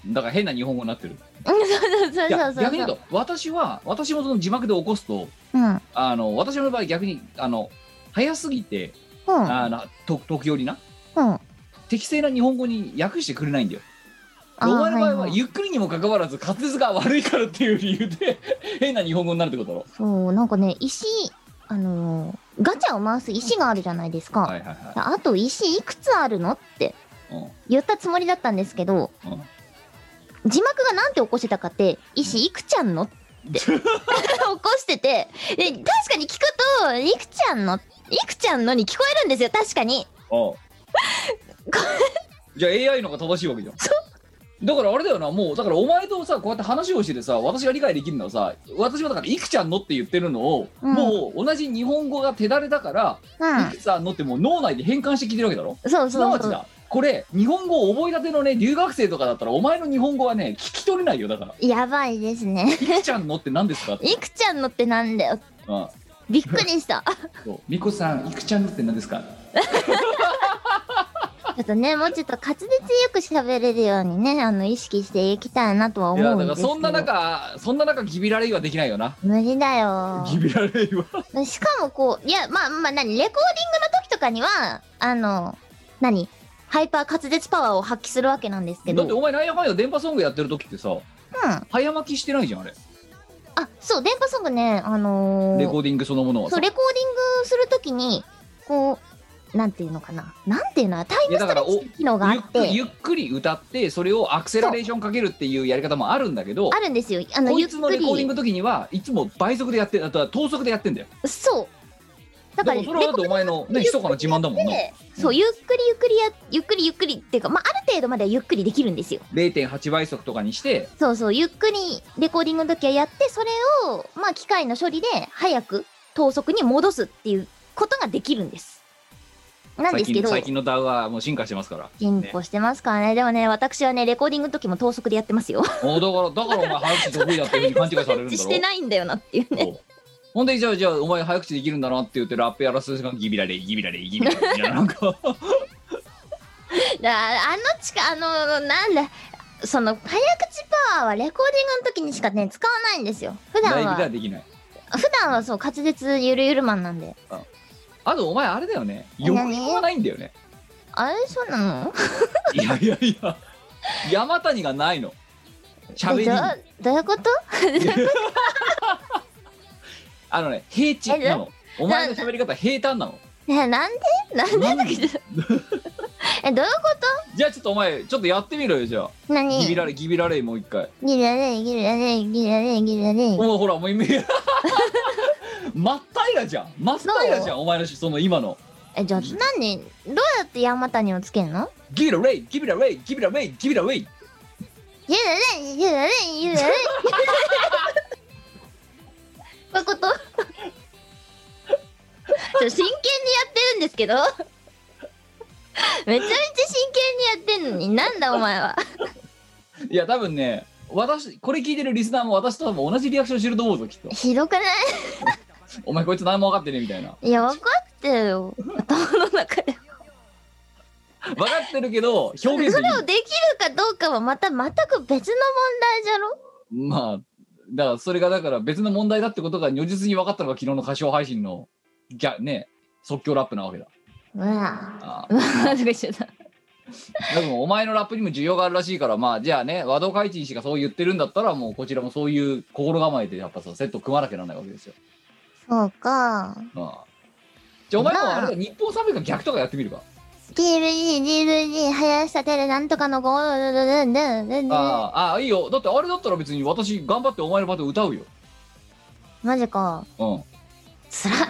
Speaker 3: だから変な日本語になってる
Speaker 1: うんそうそう
Speaker 3: い
Speaker 1: そ
Speaker 3: や
Speaker 1: うそう。
Speaker 3: 逆に言うと私は私もその字幕で起こすと
Speaker 1: うん。うん。
Speaker 3: あの私の場合逆にあの早すぎて、あのと時折な
Speaker 1: うん。
Speaker 3: 適正な日本語に訳してくれないんだよで
Speaker 1: ー
Speaker 3: お前の場合
Speaker 1: い
Speaker 3: はいゆっくりにもかかわらず滑舌が悪いからっていう理由で 変な日本語になるってことだろ
Speaker 1: そう、なんかね、石、あのーガチャを回す石があるじゃないですか。
Speaker 3: はいはいは
Speaker 1: あと石いくつあるのって
Speaker 3: い、うん
Speaker 1: 言ったつもりだったんですけど、
Speaker 3: うん
Speaker 1: 字幕がなんて起こしてたかって、石いくちゃんのって 起こしてて、で確かに聞くと、いくちゃんの、いくちゃんのに聞こえるんですよ、確かに。
Speaker 3: おうじゃあ AI の方が正しいわけじゃんだからあれだよなもうだからお前とさこうやって話をしててさ私が理解できるのはさ私はだから「いくちゃんの」って言ってるのを、
Speaker 1: うん
Speaker 3: もう同じ日本語が手だれだから「
Speaker 1: う
Speaker 3: いくつあんの」ってもう脳内で変換して聞いてるわけだろ
Speaker 1: ん。そう
Speaker 3: すな
Speaker 1: そ
Speaker 3: わ
Speaker 1: う
Speaker 3: ち
Speaker 1: そう。
Speaker 3: だこれ日本語を覚えたてのね留学生とかだったらお前の日本語はね聞き取れない よだから
Speaker 1: やばいですね。
Speaker 3: 「いくちゃんの」って何ですかって
Speaker 1: いくちゃんのってなんだよ。
Speaker 3: うん
Speaker 1: びっくりした。
Speaker 3: そう「みこさんいくちゃんの」って何ですか
Speaker 1: ちょっとね、もうちょっと滑舌よく喋れるようにね、あの、意識していきたいなとは思
Speaker 3: いや
Speaker 1: うん
Speaker 3: だ
Speaker 1: で
Speaker 3: から
Speaker 1: すけど。
Speaker 3: そんな中そんな中ギビラレイはできないよな
Speaker 1: 無理だよ。
Speaker 3: ギビラレイは
Speaker 1: しかもこう、いや、まあまあ何、レコーディングの時とかには、あの、何、ハイパー滑舌パワーを発揮するわけなんですけ
Speaker 3: だ
Speaker 1: ど。
Speaker 3: って
Speaker 1: うん。
Speaker 3: お前なんやかんや電波ソングやってる時ってさ
Speaker 1: あ、
Speaker 3: 早巻きしてないじゃんあれ
Speaker 1: そう、電波ソングね、あのー
Speaker 3: レコーディングそのものは
Speaker 1: そう、
Speaker 3: さ
Speaker 1: レコーディングするときに、こう、なんていうのかな。なんていうのタイ
Speaker 3: い
Speaker 1: ム
Speaker 3: や
Speaker 1: ス
Speaker 3: だ
Speaker 1: トレ
Speaker 3: から
Speaker 1: ッチっていう機能があ
Speaker 3: ゆっ
Speaker 1: っ
Speaker 3: くり
Speaker 1: て、
Speaker 3: ゆっくり歌ってそれをアクセラレーションかけるっていうやり方もあるんだけど
Speaker 1: あるんですよ。あの、
Speaker 3: こ
Speaker 1: ゆ
Speaker 3: い
Speaker 1: っ
Speaker 3: つの
Speaker 1: く
Speaker 3: レコーディン
Speaker 1: り。
Speaker 3: グの時にはいつも倍速でやってあとは等速でやってんだよ
Speaker 1: そう。だ
Speaker 3: で
Speaker 1: から、
Speaker 3: もそれはだってお前の
Speaker 1: ゆっ
Speaker 3: ね
Speaker 1: くり
Speaker 3: ひそかな自慢だもんな
Speaker 1: で、そう、ゆっくりゆっくりや、ゆっくりゆっくりっていうか、まあ、ある程度まではゆっくりできるんですよ。
Speaker 3: 0.8倍速とかにして
Speaker 1: そうそう、ゆっくりレコーディングの時はやって、それを、まあ、機械の処理で早く等速に戻すっていうことができるんです。なんで
Speaker 3: 最
Speaker 1: すけ
Speaker 3: 近
Speaker 1: ど、
Speaker 3: 最近の DAW はもう進化してますから
Speaker 1: 進歩してますからね。でもね、私はね、レコーディングの時も等速でやってますよ。
Speaker 3: おだからだからお前早口得意だっていうふうに勘違いされるんだろ
Speaker 1: してないんだよなっていうね。
Speaker 3: そうほんでじゃあじゃあお前早口できるんだなって言ってラップやらす時間ギビラレイギビラレイギ ビラレイみたいななんか
Speaker 1: だあのちか、あの、なんだ、その、早口パワーはレコーディングの時にしかね、使わないんですよ。普
Speaker 3: ラ
Speaker 1: 段
Speaker 3: イブでは
Speaker 1: は、
Speaker 3: できない
Speaker 1: 普段はそう、滑舌ゆるゆるマンなんで。
Speaker 3: あとお前あれだよね。抑揚がないんだよね。
Speaker 1: あれそうなの
Speaker 3: いやいやいや山谷がないの喋
Speaker 1: え
Speaker 3: り
Speaker 1: どうどういうこと
Speaker 3: あのね平地なのお前の喋り方平坦なの
Speaker 1: ねなんでなんでだけどえどういうこ
Speaker 3: じゃあちょっとお前ちょっとやってみろよじゃあ
Speaker 1: と何
Speaker 3: ギビラレギビラレもう一回
Speaker 1: ギリラレイギリラレイギリラレイギリラレイ
Speaker 3: もうほらもう今 真っ平らじゃん真っ平らじゃんお前のしその今の
Speaker 1: えじゃあ何どうやって山谷をつけるの
Speaker 3: ギビラレイギビラレイギビラレイギビラレイ
Speaker 1: ギリラレイギリラレイギリラレイこういうことちょ真剣にやってるんですけどめちゃめちゃ真剣にやってんのになんだお前はい
Speaker 3: や多分ね私これ聞いてるリスナーも私と多分同じリアクションしてると思うぞきっと
Speaker 1: ひどくない
Speaker 3: お前こいつ何も分かってねえみたいない
Speaker 1: や分かってるよ頭の中で
Speaker 3: 分かってるけど表現
Speaker 1: そ
Speaker 3: でき
Speaker 1: れを
Speaker 3: る
Speaker 1: できるかどうかはまた全く別の問題じゃろ
Speaker 3: まあだからそれがだから別の問題だってことが如実に分かったのが昨日の歌唱配信のじゃね即興ラップなわけだ
Speaker 1: うわ
Speaker 3: ああ
Speaker 1: ぁなんか一緒だ
Speaker 3: でもお前のラップにも需要があるらしいからまあじゃあね和道開陳氏がそう言ってるんだったらもうこちらもそういう心構えでやっぱさセット組まなきゃならないわけですよ、
Speaker 1: そうか
Speaker 3: ああじゃあお前も
Speaker 1: まあ
Speaker 3: あれだ日本サブが逆とかやってみるか
Speaker 1: DVD、DVD、林立てるなんとかのゴールドルンルンルンルン。
Speaker 3: ああああいいよだってあれだったら別に私頑張ってお前の場で歌うよ
Speaker 1: マジか。
Speaker 3: うん
Speaker 1: つら。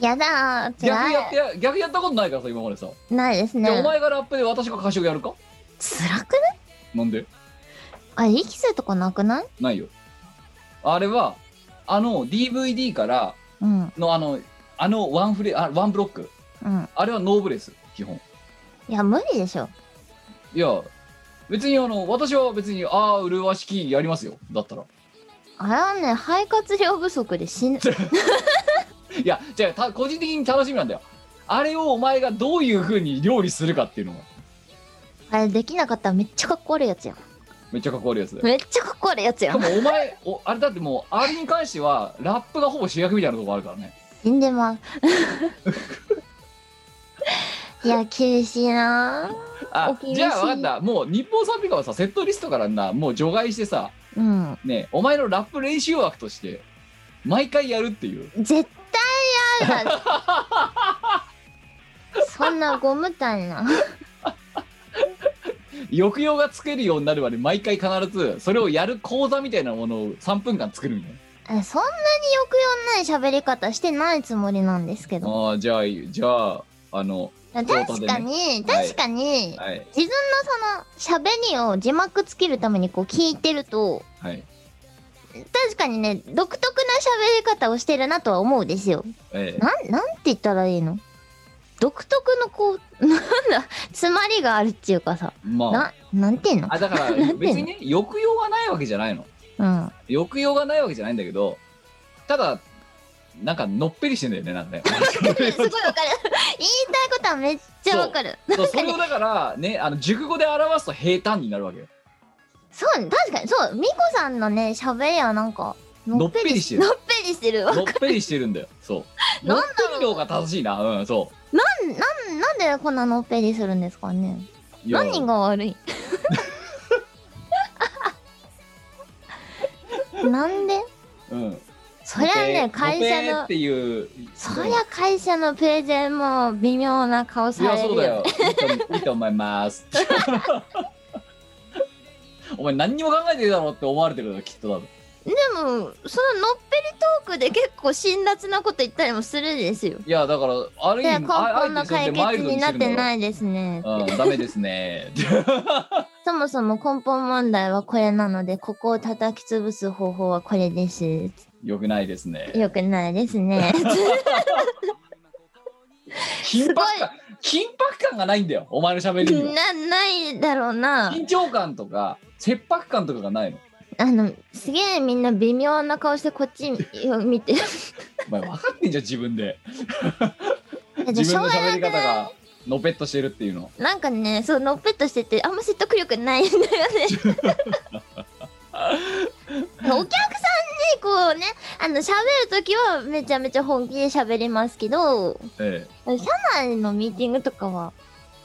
Speaker 1: やだー、つ
Speaker 3: 逆や
Speaker 1: ら
Speaker 3: ってや逆やったことないからさ今までさ、
Speaker 1: い。ないです
Speaker 3: じゃあお
Speaker 1: ね。
Speaker 3: 前がラップで私が歌唱やるか
Speaker 1: つらくない
Speaker 3: なんで
Speaker 1: あ、息するとこなくない
Speaker 3: ないよあれはあの DVD から
Speaker 1: うん、
Speaker 3: のあのあのワンフレあワンブロック
Speaker 1: うん。
Speaker 3: あれはノーブレス基本
Speaker 1: いや、無理でしょ。
Speaker 3: いや別にあの私は別にああ麗しきやりますよだったら
Speaker 1: あれはね、肺活量不足で死ぬ。
Speaker 3: いやじゃあた個人的に楽しみなんだよあれをお前がどういうふうに料理するかっていうのが
Speaker 1: あれできなかったらめっちゃかっこ悪いやつやん。
Speaker 3: めっちゃかっこ悪いやつだ よ
Speaker 1: めっちゃかっこ悪いやつ
Speaker 3: で
Speaker 1: やん。
Speaker 3: もお前おあれだってもうあれに関してはラップがほぼ主役みたいなとこあるからね
Speaker 1: 死んで ます。いや、厳しいなお
Speaker 3: あ
Speaker 1: 厳しい
Speaker 3: じゃあ分かったもう日本賛美歌はさセットリストからなもう除外してさ
Speaker 1: ー。うん。
Speaker 3: ねお前のラップ練習枠として毎回やるっていう
Speaker 1: 絶対嫌 だそんなゴムたいな
Speaker 3: 抑揚がつけるようになるまで毎回必ずそれをやる講座みたいなものを3分間作るみたい
Speaker 1: えそんなに抑揚ない喋り方してないつもりなんですけ
Speaker 3: な
Speaker 1: ど
Speaker 3: ああーじゃあじゃああの
Speaker 1: 確かに、
Speaker 3: はい
Speaker 1: 確かに、
Speaker 3: はい
Speaker 1: 自分のその喋りを字幕つけるためにこう聞いてると
Speaker 3: はい
Speaker 1: 確かにね独特な喋り方をしてるなとは思うですよ
Speaker 3: え
Speaker 1: なんなんて言ったらいいの独特のこう なんだ詰まりがあるっていうかさ
Speaker 3: えまあ
Speaker 1: ななんていうの
Speaker 3: あだか
Speaker 1: な
Speaker 3: ら
Speaker 1: んていうの
Speaker 3: 別にね抑揚がないわけじゃないの
Speaker 1: うん
Speaker 3: 抑揚がないわけじゃないんだけどただなんかのっぺりしてんだよねなんかね
Speaker 1: すごいわかる 言いたいことはめっちゃわかる
Speaker 3: そうそれをだからねあの熟語で表すと平坦になるわけよ
Speaker 1: そう確かにそうみこさんのね喋りはなんか
Speaker 3: のっぺりしてる
Speaker 1: のっぺりしてるわ
Speaker 3: のっぺりしてるんだよそうの
Speaker 1: な
Speaker 3: っ
Speaker 1: ん
Speaker 3: ぺりの方が正しいなうんそ
Speaker 1: なんなんでこんなのっぺりするんですかね
Speaker 3: ういや
Speaker 1: 何が悪い なんで
Speaker 3: うん
Speaker 1: そりゃね
Speaker 3: のぺ
Speaker 1: 会社
Speaker 3: のぺっ
Speaker 1: の
Speaker 3: ていう
Speaker 1: そりゃ会社のプレゼンも微妙な顔
Speaker 3: い
Speaker 1: さ
Speaker 3: や
Speaker 1: れる
Speaker 3: そう
Speaker 1: よ
Speaker 3: だよいいといいと思います お前何にも考えてるだろうって思われてるだろきっと多分
Speaker 1: でもそののっぺりトークで結構辛辣なこと言ったりもするんですよ
Speaker 3: いやだからある
Speaker 1: い
Speaker 3: 意
Speaker 1: や
Speaker 3: 味
Speaker 1: 根
Speaker 3: ああえ
Speaker 1: 本の
Speaker 3: てそうや
Speaker 1: 解
Speaker 3: マイ
Speaker 1: 決
Speaker 3: ルド
Speaker 1: になっ
Speaker 3: するの
Speaker 1: てないですね
Speaker 3: うんダメですね
Speaker 1: そもそも根本問題はこれなのでここを叩き潰す方法はこれです
Speaker 3: よくないですね
Speaker 1: よくないですね
Speaker 3: 緊迫感緊迫感がないんだよお前の喋りには
Speaker 1: なないだろうな
Speaker 3: 緊張感とか切迫感とかがないの
Speaker 1: あのすげえみんな微妙な顔してこっちを見て
Speaker 3: お前分かってんじゃん自分で
Speaker 1: 自
Speaker 3: 自分の喋り方がのぺっとしてるっていうの
Speaker 1: なんかねそうのっぺっとしててあんま 説得力ないんだよねお客さんにでこうね、あの、喋るときはめちゃめちゃ本気で喋りますけど、
Speaker 3: ええ
Speaker 1: 社内のミーティングとかは、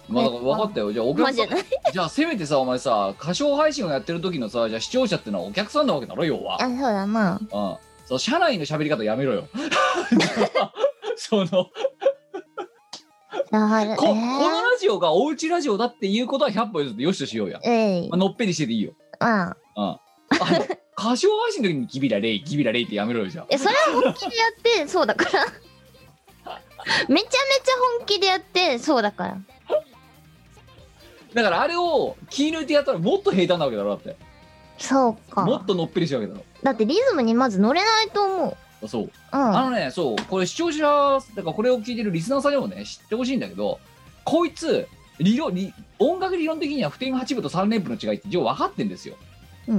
Speaker 3: まあだから分かったよじゃあお
Speaker 1: まあじ
Speaker 3: 客
Speaker 1: ゃ
Speaker 3: さん
Speaker 1: ない。
Speaker 3: じゃあせめてさお前さ歌唱配信をやってる時のさじゃあ視聴者ってのはお客さんなわけだろ要は
Speaker 1: あ、そうだな。
Speaker 3: うんそう社内の喋り方やめろよ そのこ
Speaker 1: だから、え
Speaker 3: このラジオがおうちラジオだっていうことは100歩譲ってよしとしようや
Speaker 1: ー、、えい
Speaker 3: まあ、、のっぺりしてていいよ、
Speaker 1: まあ。
Speaker 3: うん、あの歌唱配信の時にギビラレイギビラレイってやめろよじゃあ
Speaker 1: え、それは本気でやって、そうだ から。めちゃめちゃ本気でやって、そうだから。
Speaker 3: だからあれを気抜いてやったらもっと平坦なわけだろだって
Speaker 1: そうか。
Speaker 3: もっとのっぺりしてるわけだ
Speaker 1: だってリズムにまず乗れないと思う。
Speaker 3: ろそう
Speaker 1: う
Speaker 3: あ
Speaker 1: ん。
Speaker 3: のね、そう、これ視聴者、だからこれを聞いてるリスナーさんにもね、知ってほしいんだけど、こいつ、理論、理音楽理論的には普天8部と3連符の違いって一応分かってんですよ。
Speaker 1: う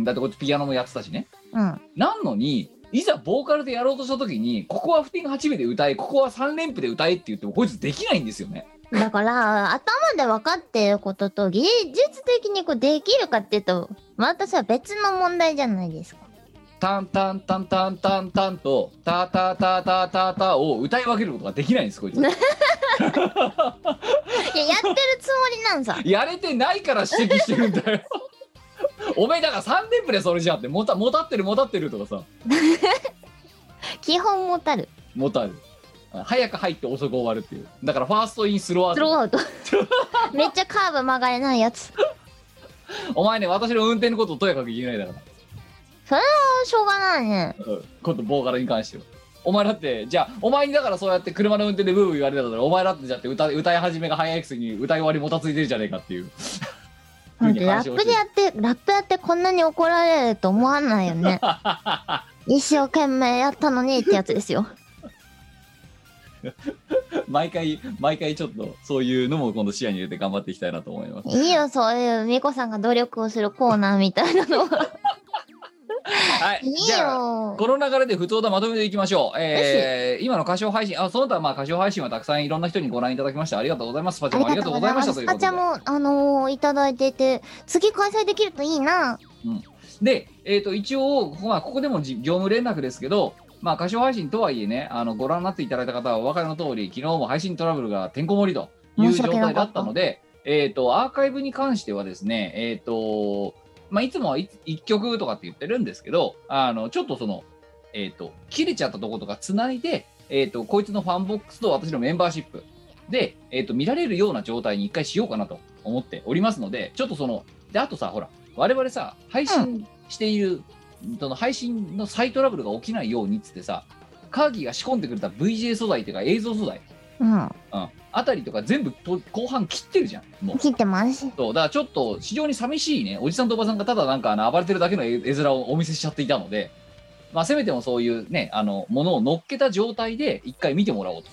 Speaker 1: ん。
Speaker 3: だってこいつピアノもやってたしね。
Speaker 1: うん。
Speaker 3: なのに、いざボーカルでやろうとした時に、ここは普天8部で歌え、ここは3連符で歌えって言っても、こいつできないんですよね。
Speaker 1: だから、頭で分かっていることと、技術的にこうできるかっていうと、またさ、別の問題じゃないですか。
Speaker 3: タンタンタンタンタンタンと、タタタタタタを歌い分けることができないんです、こい
Speaker 1: い
Speaker 3: つ。
Speaker 1: や、やってるつもりなん さ。
Speaker 3: やれてないから指摘してるんだよ おめえだから3連プでそれじゃんってもたもたってるもたってるとかさ
Speaker 1: 基本もたる。
Speaker 3: もたる早く入って遅く終わるっていうだからファーストインスローアウ
Speaker 1: ス
Speaker 3: ト
Speaker 1: ローアウト。 めっちゃカーブ曲がれないやつ。
Speaker 3: お前ね私の運転のことをとやかく言えないだか
Speaker 1: しょうがないね。
Speaker 3: ら、うん、今度ボーカルに関してはお前だってじゃあお前にだからそうやって車の運転でブーブー言われたからお前だってじゃって歌歌い始めが早いくせに歌い終わりもたついてるじゃねえかっていう
Speaker 1: ほん
Speaker 3: ふう
Speaker 1: と
Speaker 3: に
Speaker 1: ラ
Speaker 3: 話を
Speaker 1: ップ
Speaker 3: して
Speaker 1: でやって、ラップやってこんなに怒られると思わないよ ね。一生懸命やったのにってやつですよ。
Speaker 3: 毎回毎回ちょっとそういうのも今度視野に入れて頑張っていきたいなと思います
Speaker 1: いいよ、そういう、みこさんが努力をするコーナーみたいな のは。
Speaker 3: はい
Speaker 1: いい
Speaker 3: じゃあ
Speaker 1: よ。
Speaker 3: この流れで不当だまとめていきましょう。えー、今の歌唱配信、あ、その他まあ歌唱配信はたくさんいろんな人にご覧いただきました。ありがとうございます。スパチャもありがとうございましたというこ
Speaker 1: あちゃん
Speaker 3: と
Speaker 1: も、あのー、いただいてて、次開催できるといいな。
Speaker 3: で。で、えっ、と、一応、ここまあ、ここでもじ業務連絡ですけど、まあ、歌唱配信とはいえね、あの、ご覧になっていただいた方はお分かりの通り、昨日も配信トラブルがてんこ盛りという
Speaker 1: 申し
Speaker 3: 状
Speaker 1: 訳なかっ
Speaker 3: 態
Speaker 1: た
Speaker 3: だったので、えっ、と、アーカイブに関してはですね、えっ、と、まあ、いつもは1曲とかって言ってるんですけど、あの、ちょっとその、えっ、と、切れちゃったとことか繋いで、えっ、と、こいつのファンボックスと私のメンバーシップで、えっ、と、見られるような状態に一回しようかなと思っておりますので、ちょっとその、で、あとさ、ほら、我々さ、配信している、その配信のサイトラブルが起きないようにっつってさ、カーギーが仕込んでくれた VJ 素材っていうか映像素材、
Speaker 1: うん。
Speaker 3: うん、あたりとか全部と後半切ってるじゃん、もう。
Speaker 1: 切ってます。
Speaker 3: そうだからちょっと非常に寂しいねおじさんとおばさんがただなんかあの暴れてるだけの絵絵面をお見せしちゃっていたので、まあ、せめてもそういうねあのものを乗っけた状態で一回見てもらおうと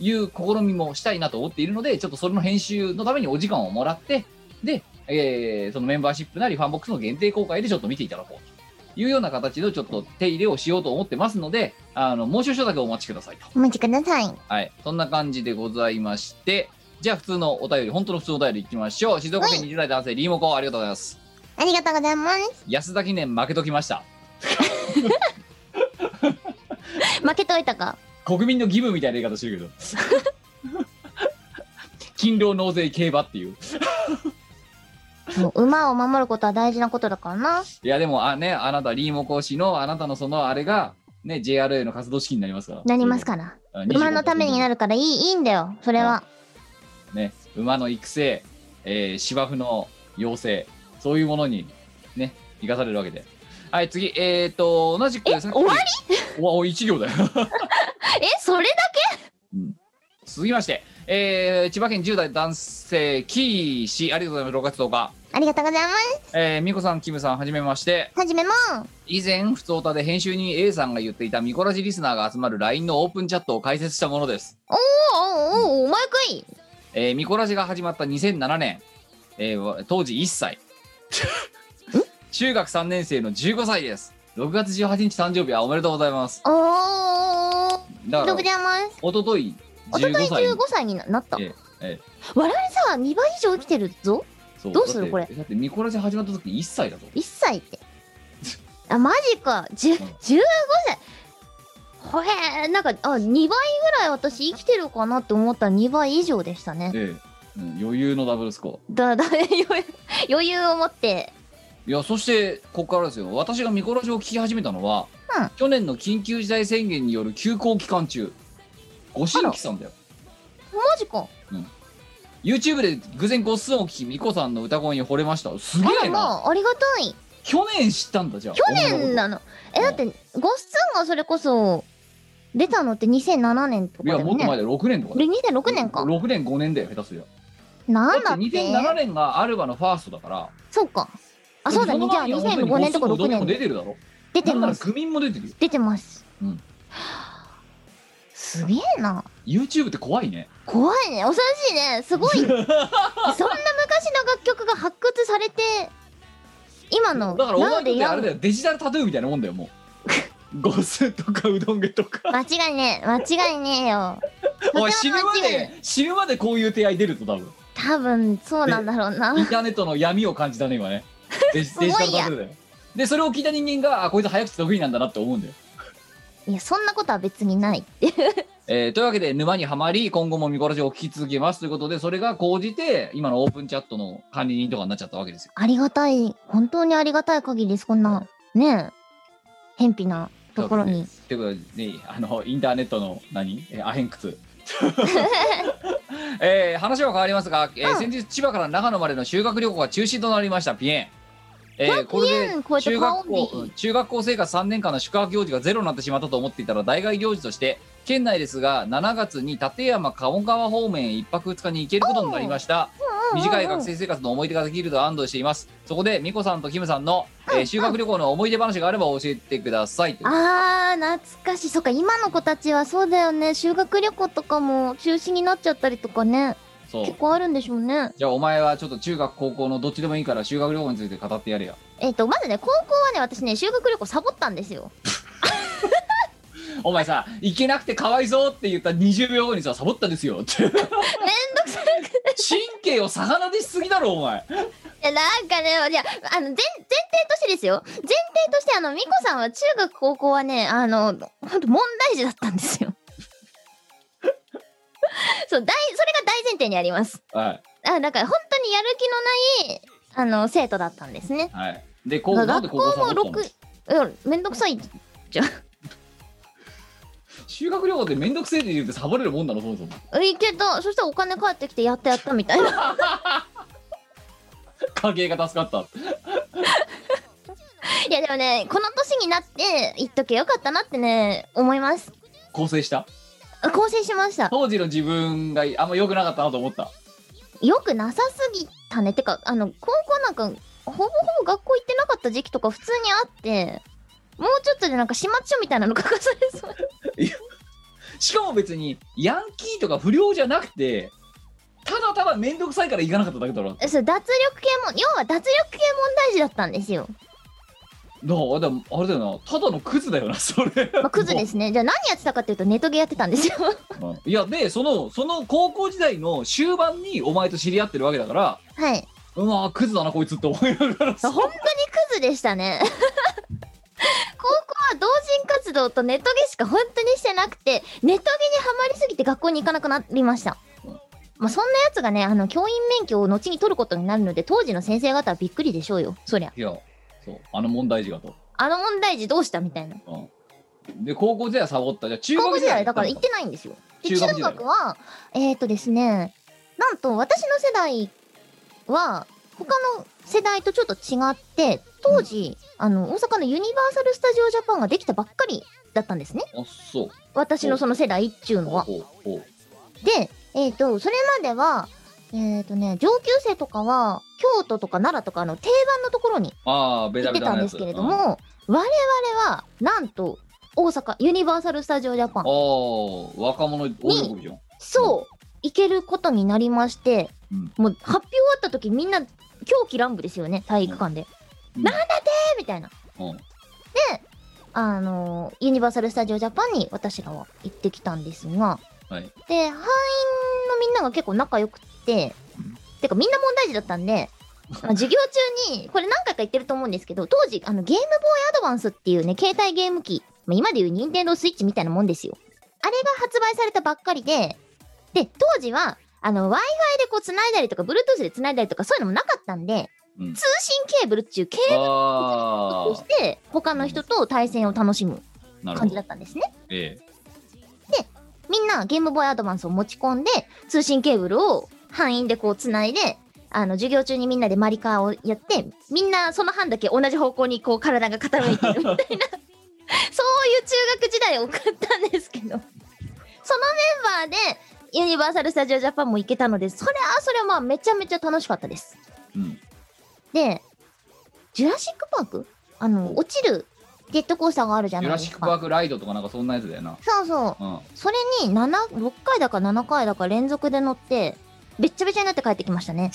Speaker 3: いう試みもしたいなと思っているのでちょっとそれの編集のためにお時間をもらってで、えーそのメンバーシップなりファンボックスの限定公開でちょっと見ていただこうというような形のちょっと手入れをしようと思ってますのであのもう少々だけお待ちくださいと。
Speaker 1: お待ちください。
Speaker 3: はい、そんな感じでございまして、じゃあ普通のお便り、本当の普通のお便りいきましょう。静岡県20代男性、リーモコ、ありがとうございます。
Speaker 1: ありがとうございます。
Speaker 3: 安田記念負けときました。
Speaker 1: 負けといたか。
Speaker 3: 国民の義務みたいな言い方し てるけど。勤労納税競馬っていう。
Speaker 1: もう馬を守ることは大事なことだからな。
Speaker 3: いや、でも、あね、あなた、リーモコ氏の、あなたのそのあれが、ね、JRA の活動資金になりますから。
Speaker 1: なりますから。
Speaker 3: ら。
Speaker 1: 馬のためにな
Speaker 3: る。
Speaker 1: るからいい、いいんだよ。それは。
Speaker 3: ね、馬の育成、えー芝生の養成、そういうものに、ね、生かされるわけで。はい、次、えっ、と、同じく、
Speaker 1: え
Speaker 3: さっき
Speaker 1: 終わ
Speaker 3: おお一行だよ
Speaker 1: え、それだ
Speaker 3: 続きまして、えー千葉県10代男性キー氏ありがとうございます6月10日、
Speaker 1: ありがとうございます。
Speaker 3: えー、みこさんキムさんはじめまして
Speaker 1: はじめも。
Speaker 3: 以前ふつおたで編集人 A さんが言っていたミコラジリスナーが集まる LINE のオープンチャットを開設したものです、
Speaker 1: おうおうおうお前くい。
Speaker 3: えーミコラジが始まった2007年、えーわ当時1歳 中学3年生の15歳です6月18日誕生日はおめでとうございます
Speaker 1: おー。
Speaker 3: だ
Speaker 1: お
Speaker 3: か
Speaker 1: めでとう
Speaker 3: ら
Speaker 1: ございます。
Speaker 3: おととい
Speaker 1: おととい
Speaker 3: 15歳
Speaker 1: 15歳にななった。
Speaker 3: えええ
Speaker 1: 我々さ、2倍以上生きてるぞ。
Speaker 3: そ
Speaker 1: どうする
Speaker 3: だってだってミコラジ始まった時1歳だぞ
Speaker 1: 1歳って。あマジかじゅ15歳ほへーなんかあ2倍ぐらい私生きてるかなって思ったら2倍以上でしたね
Speaker 3: ええうん余裕のダブルスコ
Speaker 1: だだ余裕余裕を持って
Speaker 3: アいやそしてここからですよ私がミコラジを聞き始めたの
Speaker 1: う
Speaker 3: は、
Speaker 1: ん
Speaker 3: 去年の緊急事態宣言による休校期間中ご新規さんだよ
Speaker 1: マジか
Speaker 3: YouTube で偶然ごっすんを聞きミコさんの歌声に惚れましたすげ
Speaker 1: あ
Speaker 3: え
Speaker 1: ら
Speaker 3: な
Speaker 1: まあありがたい
Speaker 3: 去年知ったんだじゃあ去
Speaker 1: 去年なのえだってゴッスンがそれこそ出たのって2007年と
Speaker 3: い
Speaker 1: かだ
Speaker 3: や
Speaker 1: よ
Speaker 3: もっと
Speaker 1: ね
Speaker 3: 前だよ6年とかだよ
Speaker 1: 2006年か
Speaker 3: 6年5年だよ下手すりゃ
Speaker 1: なん
Speaker 3: だ
Speaker 1: だ
Speaker 3: っ
Speaker 1: って
Speaker 3: 2007
Speaker 1: て
Speaker 3: 年がアルバのファーストだから
Speaker 1: そうかあそうだねじゃあ2005年とか6
Speaker 3: も
Speaker 1: 年
Speaker 3: 出てるだろ
Speaker 1: 出て
Speaker 3: なんな
Speaker 1: ま
Speaker 3: ら
Speaker 1: す
Speaker 3: 区民も出てるよ
Speaker 1: 出てます、
Speaker 3: うん
Speaker 1: すげえな
Speaker 3: YouTube って怖いね
Speaker 1: 怖いね恐ろしいねすごい そんな昔の楽曲が発掘されて今の
Speaker 3: だからお
Speaker 1: な
Speaker 3: 前
Speaker 1: の
Speaker 3: にと
Speaker 1: で
Speaker 3: ってあれだ
Speaker 1: よ
Speaker 3: よデジタルタトゥーみたいなもんだよもうゴスとかうどんげとか
Speaker 1: 間違いねえ間違いねえよ
Speaker 3: おい死ぬま
Speaker 1: 間違いな
Speaker 3: で死ぬまでこういう手合い出ると多分
Speaker 1: 多分そうなんだろうな
Speaker 3: インターネットの闇を感じたね今ねデ ジ
Speaker 1: ごい
Speaker 3: デジ
Speaker 1: や
Speaker 3: タルタトゥーだよでそれを聞いた人間があこいつ早口得意なんだなって思うんだよ、
Speaker 1: いやそんなことは別にない
Speaker 3: えーというわけで沼にはまり今後も見殺しを聞き続けますということでそれが講じて今のオープンチャットの管理人とかになっちゃったわけですよ
Speaker 1: ありがたい本当にありがたい限りですこんなねえ偏僻なところに
Speaker 3: ということで、ね、あのインターネットの何 えーアヘン靴 えー話は変わりますが、えー
Speaker 1: うん
Speaker 3: 先日千葉から長野までの修学旅行が中止となりましたピエン、えー
Speaker 1: まあ
Speaker 3: これで
Speaker 1: ピエンこうやって
Speaker 3: 中学
Speaker 1: 顔を見
Speaker 3: 校中学校生活3年間の宿泊行事がゼロになってしまったと思っていたら大外行事として県内ですが7月に立山鴨川方面へ1泊2日に行けることになりました短い学生生活の思い出ができると安堵していますそこで美子さんとキムさんの、えー修学旅行の思い出話があれば教えてくださいという
Speaker 1: あー懐かしいそっか今の子たちはそうだよね修学旅行とかも中止になっちゃったりとかね
Speaker 3: そう
Speaker 1: 結構あるんでしょうね
Speaker 3: じゃあお前はちょっと中学高校のどっちでもいいから修学旅行について語ってやれよ
Speaker 1: えっ、とまずね高校はね私ね修学旅行サボったんですよ
Speaker 3: お前さ行けなくてかわいそうって言った20秒後にさサボったですよって めんどくさい神経を逆なでしすぎだろお前
Speaker 1: いやなんかねいやあの前前提としてですよ前提としてあの美子さんは中学高校はねあの本当問題児だったんですよ そう大それが大前提にあります
Speaker 3: はい
Speaker 1: あだから本当にやる気のないあの生徒だったんですね。
Speaker 3: はいでこうなん
Speaker 1: 学
Speaker 3: で高校サ
Speaker 1: 校
Speaker 3: ボ
Speaker 1: も
Speaker 3: ったの
Speaker 1: 6うんめんどくさい
Speaker 3: 修学旅行ってめんどくせえって言うてサボれるもんなのそもそも
Speaker 1: いけどそしたらお金返ってきてやったやったみたい な
Speaker 3: 家計が助かった
Speaker 1: いやでもねこの年になって言っとけよかったなってね思います
Speaker 3: 構成した
Speaker 1: あ更新しました
Speaker 3: 当時の自分があんま良くなかったなと思った
Speaker 1: よくなさすぎたねてかあの高校なんかほぼほぼ学校行ってなかった時期とか普通にあってもうちょっとでなんか始末書みたいなの書かされそう
Speaker 3: しかも別にヤンキーとか不良じゃなくてただただめんどくさいから行かなかっただけだろ
Speaker 1: えそう脱力系も要は脱力系問題児だったんですよ
Speaker 3: なあでもあれだよなただのクズだよな それ、
Speaker 1: まあ、クズですね。じゃあ何やってたかっていうとネトゲやってたんですよ。
Speaker 3: うんいやでそのその高校時代の終盤にお前と知り合ってるわけだから
Speaker 1: はい。
Speaker 3: うわクズだなこいつって思いなが らさ
Speaker 1: 本当にクズでしたね。高校は同人活動とネトゲしか本当にしてなくて、ネトゲにはまりすぎて学校に行かなくなりました。まあ、そんなやつがね、あの、教員免許を後に取ることになるので、当時の先生方はびっくりでしょうよ。そりゃ。
Speaker 3: いやそうあの問題児がと、
Speaker 1: あの問題児どうしたみたいな。
Speaker 3: うん、で高校時代はサボったじゃあ中
Speaker 1: 高
Speaker 3: 学
Speaker 1: 校
Speaker 3: 時
Speaker 1: 時代
Speaker 3: 代
Speaker 1: はだから行ってないんですよ。で中
Speaker 3: 中学時代
Speaker 1: 学は、えっ、ー、とですね、なんと私の世代は、他の世代とちょっと違って、当時、あの、大阪のユニバーサル・スタジオ・ジャパンができたばっかりだったんですね。
Speaker 3: あそう
Speaker 1: 私のその世代っていうのは。
Speaker 3: ほうほう
Speaker 1: で、えっ、ー、と、それまでは、えっ、ー、とね、上級生とかは、京都とか奈良とかの定番のところに
Speaker 3: ああベ
Speaker 1: 行
Speaker 3: タ
Speaker 1: っ
Speaker 3: ベ
Speaker 1: て
Speaker 3: タ
Speaker 1: たん
Speaker 3: な
Speaker 1: で
Speaker 3: やつ
Speaker 1: すけれど
Speaker 3: うんあ
Speaker 1: も、我々は、なんと、大阪、ユニバーサル・スタジオ・ジャパン
Speaker 3: あ。若者大喜びじゃん
Speaker 1: そう、行けることになりまして、
Speaker 3: うん
Speaker 1: もう発表終わった時みんな狂喜乱舞ですよね体育館で、
Speaker 3: うん
Speaker 1: なんだってーみたいな
Speaker 3: うん
Speaker 1: あのーユニバーサル・スタジオ・ジャパンに私らは行ってきたんですが、
Speaker 3: はい
Speaker 1: で班員のみんなが結構仲良くって、てかみんな問題児だったんでまあ授業中に、これ何回か言ってると思うんですけど、当時、あの、ゲームボーイアドバンスっていうね、携帯ゲーム機、まあ、今でいう任天堂スイッチみたいなもんですよ。あれが発売されたばっかりで、で、当時は、あの、Wi-Fi でこう、繋いだりとか、Bluetooth で繋いだりとか、そういうのもなかったんで、
Speaker 3: うん
Speaker 1: 通信ケーブルっていうケーブ
Speaker 3: あ
Speaker 1: ルとして、他の人と対戦を楽しむ
Speaker 3: あ、なるほ
Speaker 1: 感じだ
Speaker 3: ど
Speaker 1: っ。たんですね。
Speaker 3: ええ。
Speaker 1: みんなゲームボーイアドバンスを持ち込んで通信ケーブルを範囲でこうつないであの授業中にみんなでマリカーをやってみんなその班だけ同じ方向にこう体が傾いてるみたいなそう いう中学時代を送ったんですけどそのメンバーでユニバーサル・スタジオ・ジャパンも行けたのでそれはそれはまあめちゃめちゃ楽しかったです
Speaker 3: うん。
Speaker 1: でジュラシック・パークあの落ちるジェットコースターがあるじゃ
Speaker 3: ジ
Speaker 1: な
Speaker 3: ュ
Speaker 1: い
Speaker 3: ラ
Speaker 1: で
Speaker 3: シッ
Speaker 1: す
Speaker 3: ク・パー
Speaker 1: か
Speaker 3: ク・ライドとかなんかそんなやつだよな。
Speaker 1: そうそう
Speaker 3: うん。
Speaker 1: それに7 6回だか7回だか連続で乗ってべっちゃべちゃになって帰ってきましたね。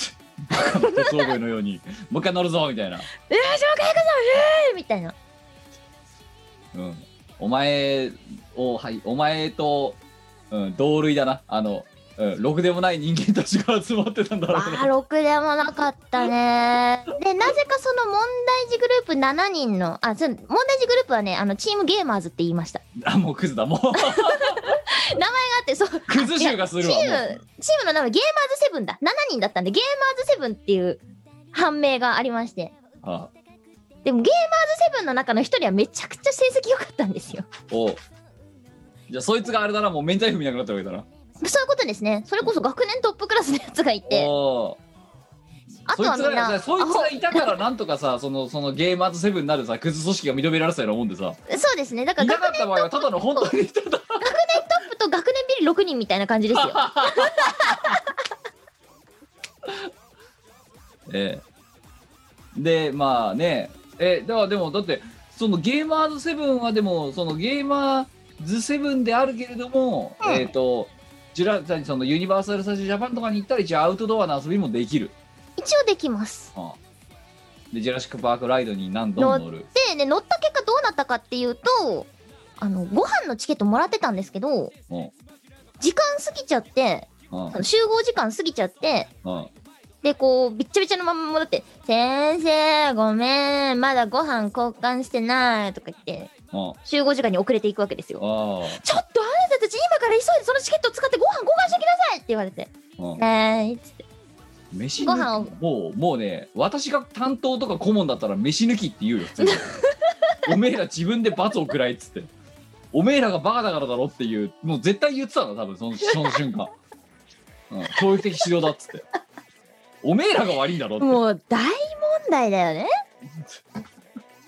Speaker 3: 鉄道部のように、 もう一回乗るぞみたい
Speaker 1: えー、
Speaker 3: な。
Speaker 1: 紹介くださいみた いな。
Speaker 3: うん。お前を、はい、お前と、うん、同類だな。あの、うん、ろくでもない人間たちが集まってたんだろ
Speaker 1: わ
Speaker 3: うな
Speaker 1: あ、。ろくでもなかった ね。で、なぜかその問題児グループ7人の、あ、そう問題児グループはね、あの、チームゲーマーズって言いました。だ
Speaker 3: あ、もうクズだ。もう、
Speaker 1: って、そう、チーム、
Speaker 3: クズ臭がす
Speaker 1: チー
Speaker 3: るわ。もう
Speaker 1: ムの名前ゲーマーズセブンだ。7人だったんで、ゲーマーズセブンっていう判明がありまして。
Speaker 3: あ
Speaker 1: でも、ゲーマーズセブンの中の1人はめちゃくちゃ成績良かったんですよ。
Speaker 3: おうじゃあ、そいつがあれだな、もう明太子見なくなったわけだな。
Speaker 1: そういうことですね。それこそ学年トップクラスのやつがいて。
Speaker 3: おう
Speaker 1: あと
Speaker 3: そい
Speaker 1: は
Speaker 3: つ
Speaker 1: みんな、
Speaker 3: が
Speaker 1: あ
Speaker 3: そいつがいたか らなんとかさそのそのゲーマーズセブンになるさクズ組織が認められてたようなもんでさ
Speaker 1: そうですね。だか
Speaker 3: い
Speaker 1: ら学
Speaker 3: なかっ
Speaker 1: 年
Speaker 3: た場合はただの本当にただ
Speaker 1: トップと学年ビリ6人みたいな感じですよ。
Speaker 3: ええでまあねえだからでもだってそのゲーマーズセブンはでもそのゲーマーズセブンであるけれども、
Speaker 1: うん
Speaker 3: えっ、とジュラそのユニバーサル・スタジオ・ジャパンとかに行ったら一応アウトドアの遊びもできる、
Speaker 1: 一応できます。
Speaker 3: うんでジュラシック・パーク・ライドに何度も乗る
Speaker 1: で、ね、乗った結果どうなったかっていうと、あの、ご飯のチケットもらってたんですけど、
Speaker 3: うん
Speaker 1: 時間過ぎちゃって、
Speaker 3: うん
Speaker 1: あの集合時間過ぎちゃって、
Speaker 3: うん
Speaker 1: で、こう、びっちゃびちゃのまま戻って、先生、ごめん、まだご飯交換してない、とか言って、
Speaker 3: うん
Speaker 1: 集合時間に遅れていくわけですよ。
Speaker 3: あ
Speaker 1: ちょっとあなたたち今から急いでそのチケットを使ってご飯交換してきなさいって言われて。
Speaker 3: あうん
Speaker 1: はーい。
Speaker 3: 飯
Speaker 1: ご飯を
Speaker 3: 抜きもうもうね私が担当とか顧問だったら飯抜きって言うよ普通 におめえら自分で罰を食らいっつっておめえらがバカだからだろっていうもう絶対言ってたの多 分そのその瞬間、うん、教育的指導だっつっておめえらが悪いんだろって
Speaker 1: もう大問題だよ ね。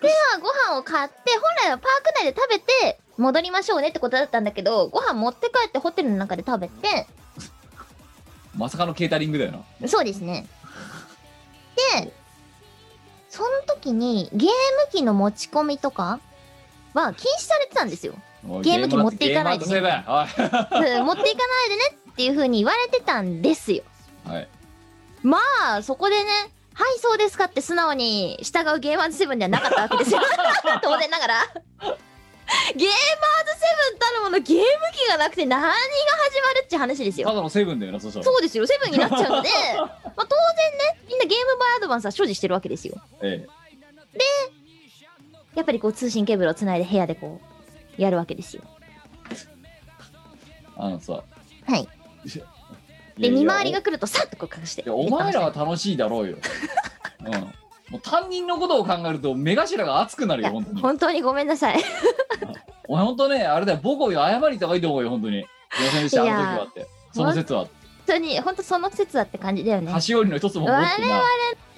Speaker 1: ではご飯を買って本来はパーク内で食べて戻りましょうねってことだったんだけどご飯持って帰ってホテルの中で食べて
Speaker 3: まさかのケータリングだよな
Speaker 1: そうですね。でその時にゲーム機の持ち込みとかは禁止されてたん ですよ。
Speaker 3: おい
Speaker 1: ゲーム機持っていかない
Speaker 3: ゲ
Speaker 1: で
Speaker 3: ームアウトセブン
Speaker 1: うん持っていかないでねっていう風に言われてたんですよ。
Speaker 3: おいはい
Speaker 1: まあそこでね「はいそうですか」って素直に従うゲーマーズセブンではなかったわけですよ当然な がらゲーマーズセブンたるものゲーム機がなくて何が始まるっちゅう話です
Speaker 3: ただ
Speaker 1: よ
Speaker 3: のセブンだよなそしたら
Speaker 1: そうですよセブンになっちゃう のでまあ当然ねみんなゲームボーイアドバンスは所持してるわけですよ
Speaker 3: ええ
Speaker 1: やっぱりこう通信ケーブルをつないで部屋でこうやるわけですよ
Speaker 3: あのさ
Speaker 1: はい
Speaker 3: いや
Speaker 1: で
Speaker 3: いや
Speaker 1: 見回りが来るとさっとこう隠して
Speaker 3: いやお前らは楽しい だろうよ。うん。もう担任のことを考えると目頭が熱くなる
Speaker 1: い
Speaker 3: よ、
Speaker 1: や
Speaker 3: 本当 に。
Speaker 1: 本当にごめんなさい
Speaker 3: お前本当ね、あれだよ、母校に謝りに行った方がいいと思うよ、本当に。すいませんでした、あ
Speaker 1: い
Speaker 3: の
Speaker 1: や
Speaker 3: 時はって。その説は。
Speaker 1: 本当に本当その説だって感じだよね
Speaker 3: 菓子折りの一つも持ってな。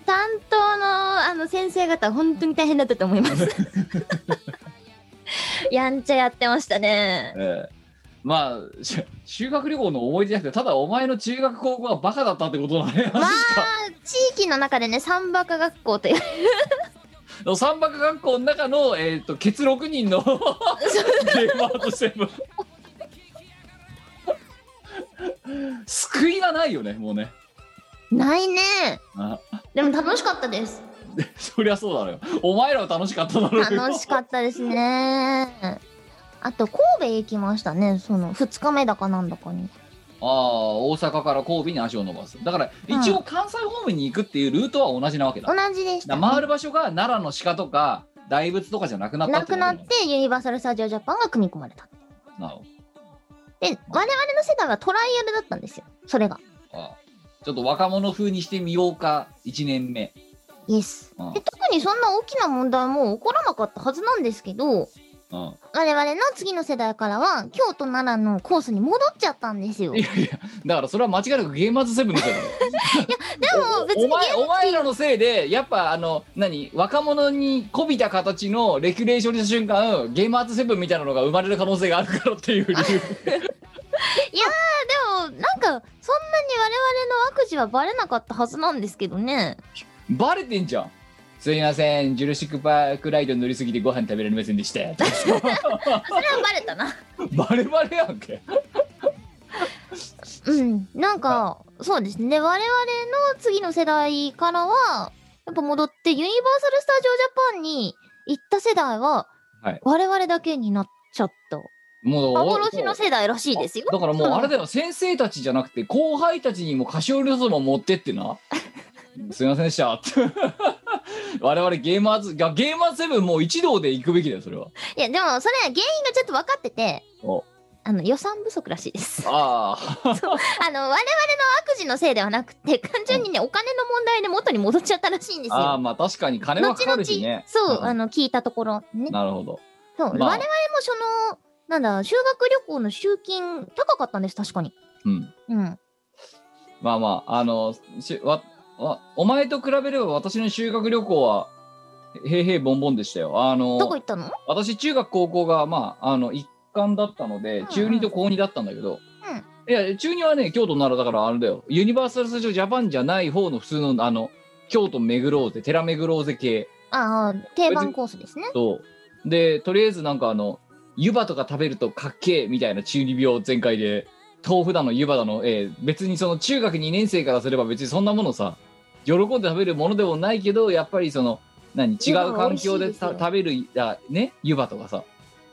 Speaker 1: 担当のあの先生方本当に大変だったと思います やんちゃやってましたね
Speaker 3: ええまあ、し修学旅行の思い出じゃなくて、ただお前の中学高校がバカだったってことだね。
Speaker 1: まあ地域の中でね三バカ学校という
Speaker 3: 三幕学校の中の、えっ、と、ケツ6人のゲーマーとして も。救いがないよね、もうね。
Speaker 1: ないね
Speaker 3: あ
Speaker 1: でも楽しかったです
Speaker 3: そりゃそうだろよ。お前らは楽しかっただろうよ。
Speaker 1: 楽しかったですねあと神戸へ行きましたねその2日目だかなんだかに
Speaker 3: ああ大阪から神戸に足を伸ばすだから一応関西方面に行くっていうルートは同じなわけだ,、
Speaker 1: 同じでした、
Speaker 3: だから回る場所が奈良の鹿とか大仏とかじゃなくなった
Speaker 1: な
Speaker 3: って
Speaker 1: く
Speaker 3: こと
Speaker 1: な
Speaker 3: だ
Speaker 1: っ
Speaker 3: よね
Speaker 1: てユニバーサル・スタジオ・ジャパンが組み込まれた
Speaker 3: なるほど
Speaker 1: で我々の世代はトライアルだったんですよそれが
Speaker 3: ああちょっと若者風にしてみようか1年目
Speaker 1: イエス
Speaker 3: うん
Speaker 1: で特にそんな大きな問題も起こらなかったはずなんですけど
Speaker 3: うん
Speaker 1: 我々の次の世代からは京都奈良のコースに戻っちゃったんですよ
Speaker 3: いやいやだからそれは間違いなくゲーマーズセブンの せいだよ
Speaker 1: も別に
Speaker 3: お前お前らのせいでやっぱあの何若者にこびた形のレクリエーションにした瞬間ゲーマーズセブンみたいなのが生まれる可能性があるからっていう理由
Speaker 1: でもなんかそんなに我々の悪事はバレなかったはずなんですけどね
Speaker 3: バレてんじゃんすいませんジュルシック・パークライドに乗りすぎてご飯食べられませんでした
Speaker 1: それはバレたな
Speaker 3: バレバレやんけ
Speaker 1: うんなんかそうですね我々の次の世代からはやっぱ戻ってユニバーサル・スタジオ・ジャパンに行った世代は
Speaker 3: はい
Speaker 1: 我々だけになっちゃった
Speaker 3: もう
Speaker 1: 幻の世代らしいですよ
Speaker 3: だからもうあれだよ先生たちじゃなくて後輩たちにも菓子折りそば持ってってな すいませんでしたって 我々ゲーマーズがゲーマーズセブンもう一同で行くべきだよそれはい
Speaker 1: やでもそれ原因がちょっと分かってて
Speaker 3: お
Speaker 1: あの予算不足らしいです。
Speaker 3: ああ
Speaker 1: あの我々の悪事のせいではなくて単純にねお金の問題で元に戻っちゃったらしいんです
Speaker 3: ああ
Speaker 1: よ。
Speaker 3: まあ確かに金はか
Speaker 1: 後
Speaker 3: か
Speaker 1: 々
Speaker 3: るしね
Speaker 1: そう、
Speaker 3: ん
Speaker 1: あの聞いたところね。
Speaker 3: なるほど
Speaker 1: そう、
Speaker 3: まあ
Speaker 1: 我々もそのなんだ修学旅行の集金高かったんです確かに。
Speaker 3: うん
Speaker 1: うん。
Speaker 3: まあまああのしわわお前と比べれば私の修学旅行は平々ボンボンでしたよあの
Speaker 1: どこ行ったの？
Speaker 3: 私中学高校がまああの一貫だったので、
Speaker 1: うんうん
Speaker 3: 中2と高2だったんだけど、いや中2はね京都ならだからあれだよユニバーサル・スタジオ・ジャパンじゃない方の普通のあの京都巡ろうぜ寺巡ろうぜ系
Speaker 1: ああ定番コースですね。
Speaker 3: とでとりあえずなんかあの湯葉とか食べるとかっけえみたいな中二病全開で豆腐だの湯葉だの、えー別にその中学2年生からすれば別にそんなものさ喜んで食べるものでもないけどやっぱりその何違
Speaker 1: 湯葉
Speaker 3: う
Speaker 1: は美
Speaker 3: 環
Speaker 1: 味しい
Speaker 3: 境で
Speaker 1: ですよ
Speaker 3: た食べるあね湯葉とかさ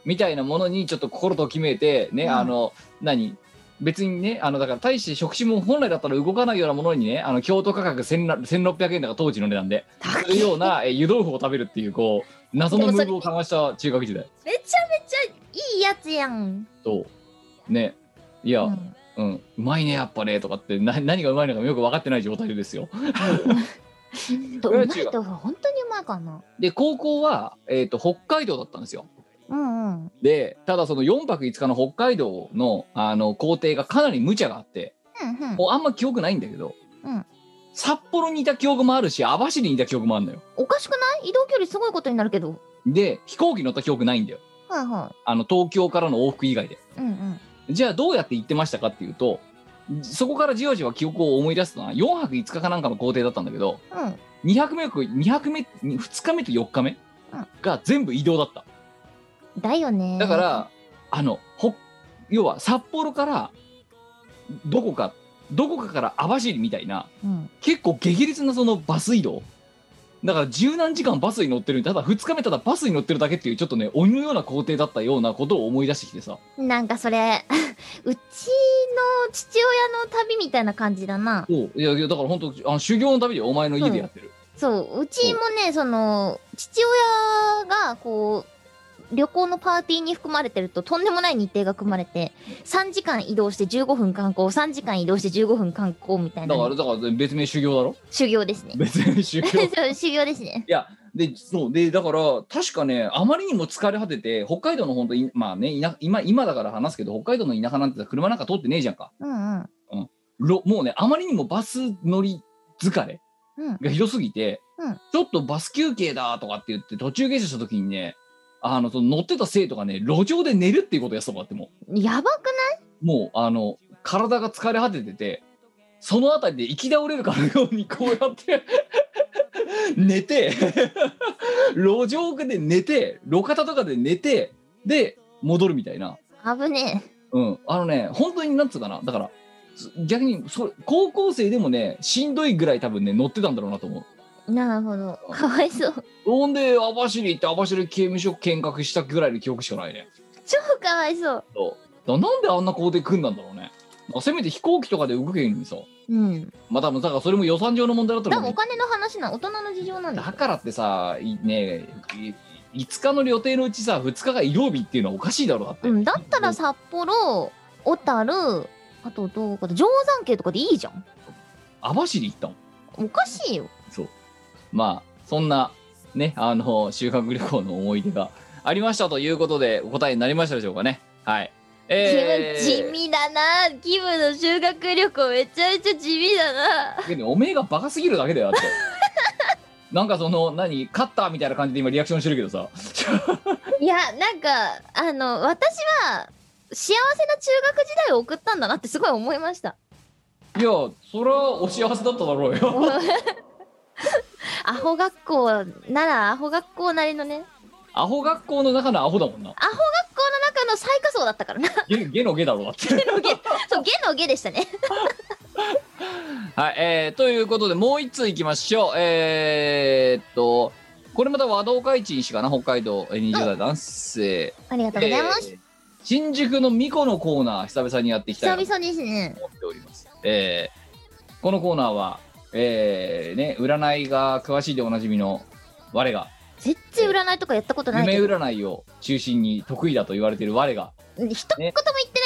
Speaker 3: みたいなものにちょっと心ときめいてね、
Speaker 1: うん
Speaker 3: あの何別にねあのだから大して食事も本来だったら動かないようなものにねあの京都価格1000 1600円だから当時の値段でそういうようなえー湯豆腐を食べるっていうこう謎のムーブをかました中学時代
Speaker 1: めちゃめちゃいいやつやん。
Speaker 3: とねいや、
Speaker 1: う
Speaker 3: うん
Speaker 1: ん
Speaker 3: うまいねやっぱねとかってな何がうまいのかもよく分かってない状態ですよ。
Speaker 1: とうまいと本当にうまいかな。
Speaker 3: で高校は、えー、と北海道だったんですよ。
Speaker 1: うんうん。
Speaker 3: でただその4泊5日の北海道のあの校庭がかなり無茶があって
Speaker 1: うんうん
Speaker 3: も、うあんま記憶ないんだけど、
Speaker 1: うん
Speaker 3: 札幌にいた記憶もあるし網走にいた記憶もあるのよ。
Speaker 1: おかしくない移動距離すごいことになるけど。
Speaker 3: で飛行機乗った記憶ないんだよ
Speaker 1: はいは
Speaker 3: あの東京からの往復以外で。
Speaker 1: い。うんうん。
Speaker 3: じゃあどうやって行ってましたかっていうとそこからじわじわ記憶を思い出すのは4泊5日かなんかの行程だったんだけど
Speaker 1: うん。
Speaker 3: 200目200目2日目と4日目
Speaker 1: うん
Speaker 3: が全部移動だった
Speaker 1: だよね。
Speaker 3: だから、あのほ要は札幌からどこかどこかから網走みたいな
Speaker 1: うん、
Speaker 3: 結構激烈なそのバス移動だから十何時間バスに乗ってるただ2日目ただバスに乗ってるだけっていうちょっとね鬼のような行程だったようなことを思い出してきてさ
Speaker 1: なんかそれ うちの父親の旅みたいな感じだな
Speaker 3: そういやいやだから本当あの修行の旅でお前の家でやってる、
Speaker 1: そううちもねその父親がこう旅行のパーティーに含まれてるととんでもない日程が組まれて3時間移動して15分観光3時間移動して15分観光みたいな
Speaker 3: だ
Speaker 1: ね、
Speaker 3: からだから別名修行だろ
Speaker 1: 修行ですね
Speaker 3: 別名修行
Speaker 1: そう修行ですね
Speaker 3: でそうでだから確かねあまりにも疲れ果てて北海道の本当にまあね田今今だから話すけど北海道の田舎なんてさ車なんか通ってねえじゃんか
Speaker 1: うんうん
Speaker 3: ろもうねあまりにもバス乗り疲れ
Speaker 1: うん
Speaker 3: がひどすぎて、
Speaker 1: うん
Speaker 3: ちょっとバス休憩だとかって言って途中下車した時にねあのその乗ってた生徒がね路上で寝るっていうことをやってたもんあってもう
Speaker 1: やばくない
Speaker 3: もうあの体が疲れ果てててその辺りで行き倒れるかのようにこうやって寝て路上で寝て路肩とかで寝てで戻るみたいな、
Speaker 1: 危ね
Speaker 3: うん、あのね本当になんつうかなだからす逆にそ高校生でもねしんどいぐらい多分ね乗ってたんだろうなと思う。
Speaker 1: えなるほどかわいそう
Speaker 3: ほんで網走行って網走刑務所見学したぐらいの記憶しかないね。
Speaker 1: 超かわいそう
Speaker 3: そうだからなんであんな校庭組んだんだろうね。せめて飛行機とかで動けるのにさ
Speaker 1: うん。
Speaker 3: まただからそれも予算上の問題だった
Speaker 1: 多
Speaker 3: ら
Speaker 1: 分お金の話なの大人の事情なんだ
Speaker 3: だ
Speaker 1: よ。
Speaker 3: からってさいねえい5日の予定のうちさ2日が移動日っていうのはおかしいだろだって、
Speaker 1: うん、だったら札幌、小樽、あとどうか、定山渓とかでいいじゃん。
Speaker 3: 網走行ったもん
Speaker 1: おかしいよ。
Speaker 3: そうまあそんなねあの修学旅行の思い出がありましたということでお答えになりましたでしょうかねはいえー、
Speaker 1: 気分地味だな。気分の修学旅行めちゃめちゃ地味だ な。
Speaker 3: だけどおめえがバカすぎるだけだよだ ってなんかその何カッターみたいな感じで今リアクションしてるけどさ
Speaker 1: いや、なんか、あの、私は、幸せな中学時代を送ったんだなってすごい思いま した。
Speaker 3: いやそれはお幸せだっただろ うよ
Speaker 1: アホ学校ならアホ学校なりのね、
Speaker 3: アホ学校の中のアホだもんな
Speaker 1: 学校の中の最下層だった からな。
Speaker 3: ゲゲのゲだろだって
Speaker 1: そう、ゲのゲで したね。
Speaker 3: はいえー、ということでもう一通いきましょうえー、っとこれまた和道会一氏かな北海道えー20代男性
Speaker 1: ありがとうございます。
Speaker 3: えー新宿のミコのコーナー久々にやっていきたいなと
Speaker 1: 久々ですね。
Speaker 3: 思っております。えーこのコーナーは、えーね、占いが詳しいでおなじみの我が、
Speaker 1: 絶対占いとかやったことないけ
Speaker 3: 夢
Speaker 1: ど。
Speaker 3: 占いを中心に得意だと言われている我が、
Speaker 1: 一言も言ってな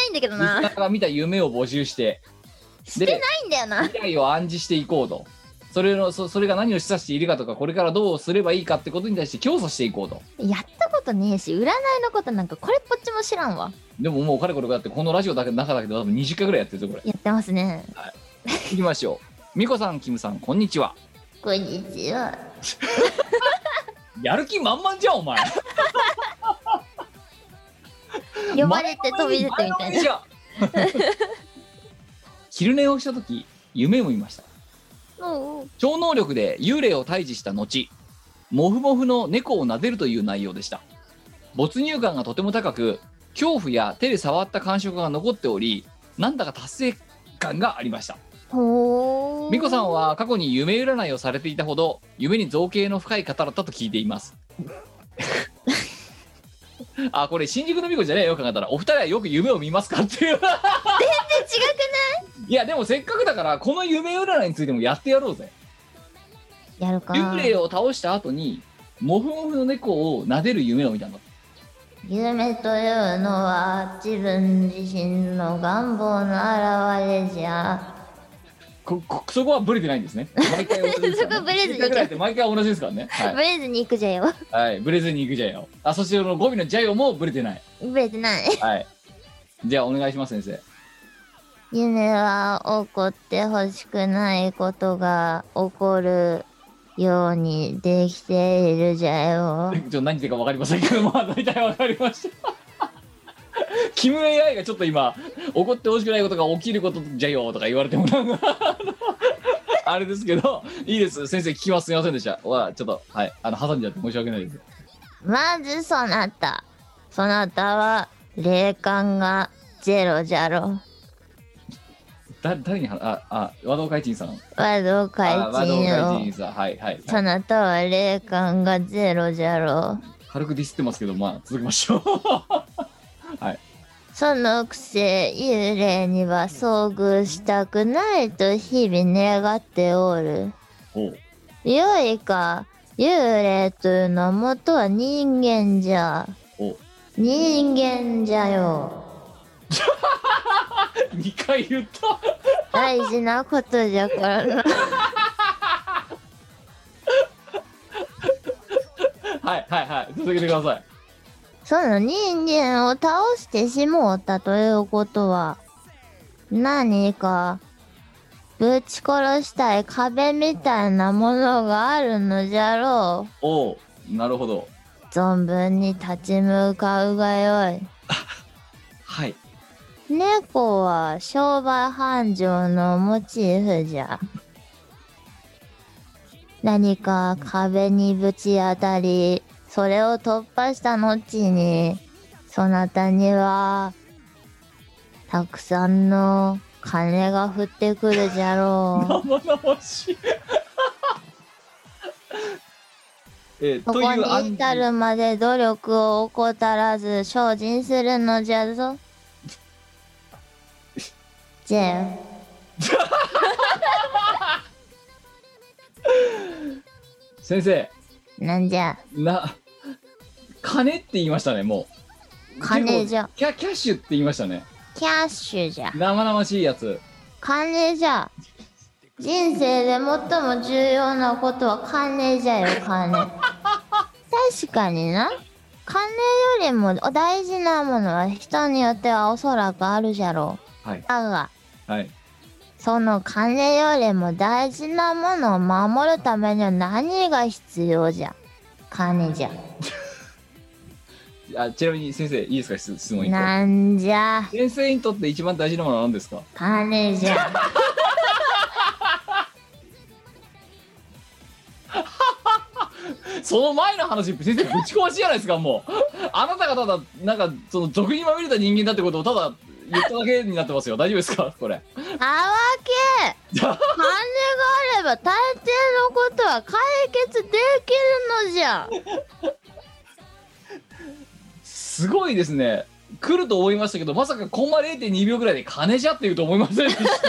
Speaker 1: いんだけど
Speaker 3: リス
Speaker 1: な。
Speaker 3: ナーが見た夢を募集して、
Speaker 1: してないんだよな。
Speaker 3: 未来を暗示していこうと。それのそそれが何を示唆しているかとかこれからどうすればいいかってことに対して競争していこうと
Speaker 1: やったことねえし、占いのことなんかこれっぽっちも知らんわ。
Speaker 3: でももうかれこれだってこのラジオだけの中だけど多分20回ぐらいやってるぞこれ
Speaker 1: やってますね。
Speaker 3: いきましょうみこさんキムさんこんにちは
Speaker 1: こんにちは。
Speaker 3: やる気満々じゃんお前
Speaker 1: 呼ばれて飛び出て みたいな。
Speaker 3: な。 昼寝をした時夢を見ました
Speaker 1: おうおう
Speaker 3: 超能力で幽霊を退治した後モフモフの猫を撫でるという内容でした没入感がとても高く恐怖や手で触った感触が残っておりなんだか達成感がありました
Speaker 1: ほー。
Speaker 3: 美子さんは過去に夢占いをされていたほど夢に造形の深い方だったと聞いています あこれ新宿の美子じゃねえよく考えたらお二人はよく夢を見ますかってい
Speaker 1: え
Speaker 3: う
Speaker 1: 違く
Speaker 3: いやでもせっかくだからこの夢占いについてもやってやろうぜ
Speaker 1: ないやるか。
Speaker 3: 幽霊を倒した後にモフモフの猫を撫でる夢を見たんだ
Speaker 1: 夢というのは自分自身の願望の表れじゃ。
Speaker 3: ここそこはブレてないんですね毎回同じですか
Speaker 1: そ
Speaker 3: らね
Speaker 1: こブレずに
Speaker 3: 一回ぐらいって毎回同じですからね
Speaker 1: ブ
Speaker 3: は
Speaker 1: レずに行くじゃよ。
Speaker 3: い、はい、ブレずに行くじゃよあそしてこの語尾のジャよもブレてない
Speaker 1: ブレてない。
Speaker 3: はいじゃあお願いします先生
Speaker 1: 夢は起こってほしくないことが起こるようにできているじゃよ。
Speaker 3: ちょっと何言ってるか分かりませんけどまあ大体分かりました キム AI がちょっと今怒ってほしくないことが起きることじゃよとか言われてもなんかあれですけどいいです先生聞きますすいませんでしたわちょっとはいあの挟んじゃって申し訳ないです
Speaker 1: まずそなた。そなたは霊感がゼロじゃろ。
Speaker 3: だ誰に話ああ和道会人さん
Speaker 1: 和道会
Speaker 3: あ和道
Speaker 1: 人
Speaker 3: 会人
Speaker 1: を。
Speaker 3: さんはいはい、は
Speaker 1: そ
Speaker 3: い、
Speaker 1: なたは霊感がゼロじゃろ。
Speaker 3: 軽くディスってますけどまあ続きましょう
Speaker 1: そのくせ幽霊には遭遇したくないと日々願っておる。
Speaker 3: おう
Speaker 1: よいか幽霊というのは元は人間じゃ
Speaker 3: おう
Speaker 1: 人間じゃよ
Speaker 3: 2回言った
Speaker 1: 大事なことじゃからな
Speaker 3: はいはいはい続けてください
Speaker 1: その人間を倒してしもうたということは何かぶち殺したい壁みたいなものがあるのじゃろう
Speaker 3: おうなるほど
Speaker 1: 存分に立ち向かうがよい
Speaker 3: はい
Speaker 1: 猫は商売繁盛のモチーフじゃ。何か壁にぶち当たり、それを突破した後に、そなたには、たくさんの金が降ってくるじゃろ
Speaker 3: 生々しい え ー
Speaker 1: う。ことこ
Speaker 3: いう暗
Speaker 1: に至るまで努力を怠らず精進するのじゃぞ。じゃあ
Speaker 3: 先生
Speaker 1: なんじゃ
Speaker 3: な金って言いましたねもう
Speaker 1: 金じゃ
Speaker 3: キャキャッシュって言いましたね
Speaker 1: キャッシュじゃ
Speaker 3: 生々しいやつ
Speaker 1: 金じゃ人生で最も重要なことは金じゃよ金確かにな金よりも大事なものは人によってはおそらくあるじゃろ
Speaker 3: はいう
Speaker 1: だが
Speaker 3: はい
Speaker 1: その金よりも大事なものを守るためには何が必要じゃ金じゃ
Speaker 3: あちなみに先生いいですか質質問一個
Speaker 1: なんじゃ
Speaker 3: 先生にとって一番大事なものは何ですか
Speaker 1: 金じゃ
Speaker 3: その前の話先生ぶち壊しじゃないです かもうあなたがただなんかその俗にまみれた人間だってことをただ言っただけになってますよ大丈夫ですかこれ
Speaker 1: たわけ金があれば大抵のことは解決できるのじゃ
Speaker 3: すごいですね来ると思いましたけどまさかコンマ0.2秒ぐらいで金じゃって言うと思いませ んでした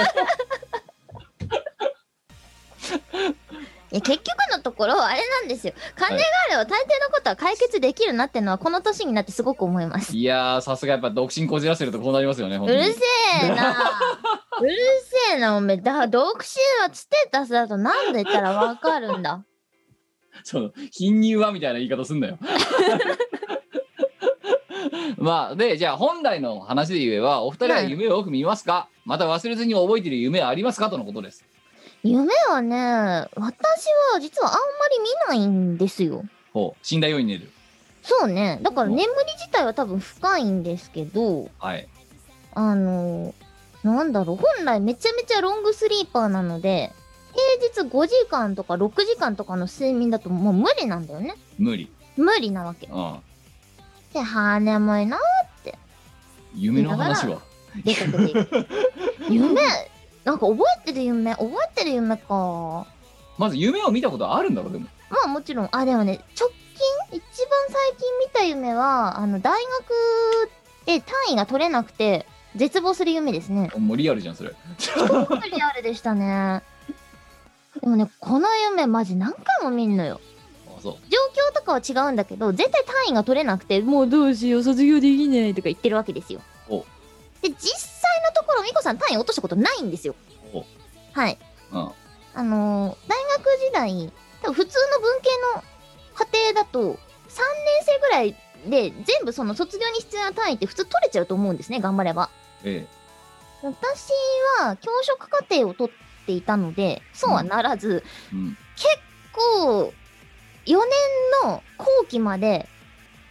Speaker 1: いや結局のところあれなんですよ金があれば大抵のことは解決できるなってのはこの年になってすごく思います
Speaker 3: いやーさすがやっぱ独身こじらせるとこうなりますよね
Speaker 1: う
Speaker 3: 本当
Speaker 1: る
Speaker 3: に
Speaker 1: せえなうるせえなおめえだ独身はステータスだとなんで言ったらわかるんだ
Speaker 3: その貧乳はみたいな言い方すんだよ まあでじゃあ本来の話で言えばお二人は夢をよく見ますか、また忘れずに覚えている夢はありますかとのことです
Speaker 1: 夢はね私は実はあんまり見ないんですよ
Speaker 3: ほう死んだように寝る
Speaker 1: そうねだから眠り自体は多分深いんですけど
Speaker 3: はい
Speaker 1: あのなんだろう本来めちゃめちゃロングスリーパーなので平日5時間とか6時間とかの睡眠だともう無理なんだよね
Speaker 3: 無理
Speaker 1: 無理なわけ
Speaker 3: うん
Speaker 1: ではあ眠いな
Speaker 3: 夢の話は
Speaker 1: 出かけていく夢なんか覚えてる夢覚えてる夢かま
Speaker 3: まず夢を見たことあるんだろうでも
Speaker 1: あもちろんあでもね直近一番最近見た夢はあの大学で単位が取れなくて絶望する夢ですね
Speaker 3: もうリアルじゃんそれ
Speaker 1: やっぱりリアルでしたね。でもね、この夢マジ何回も見んのよ。
Speaker 3: あそう
Speaker 1: 状況とかは違うんだけど、絶対単位が取れなくて、もうどうしよう、卒業できないとか言ってるわけですよ
Speaker 3: お。
Speaker 1: で、実際のところ、ミコさん単位落としたことないんですよ。
Speaker 3: おう
Speaker 1: はい。
Speaker 3: うん
Speaker 1: あのー大学時代、多分普通の文系の家庭だと、3年生ぐらいで全部その卒業に必要な単位って普通取れちゃうと思うんですね、頑張れば。
Speaker 3: え
Speaker 1: 私は教職課程を取っていたのでそうはならず、
Speaker 3: えうん
Speaker 1: こう4年の後期まで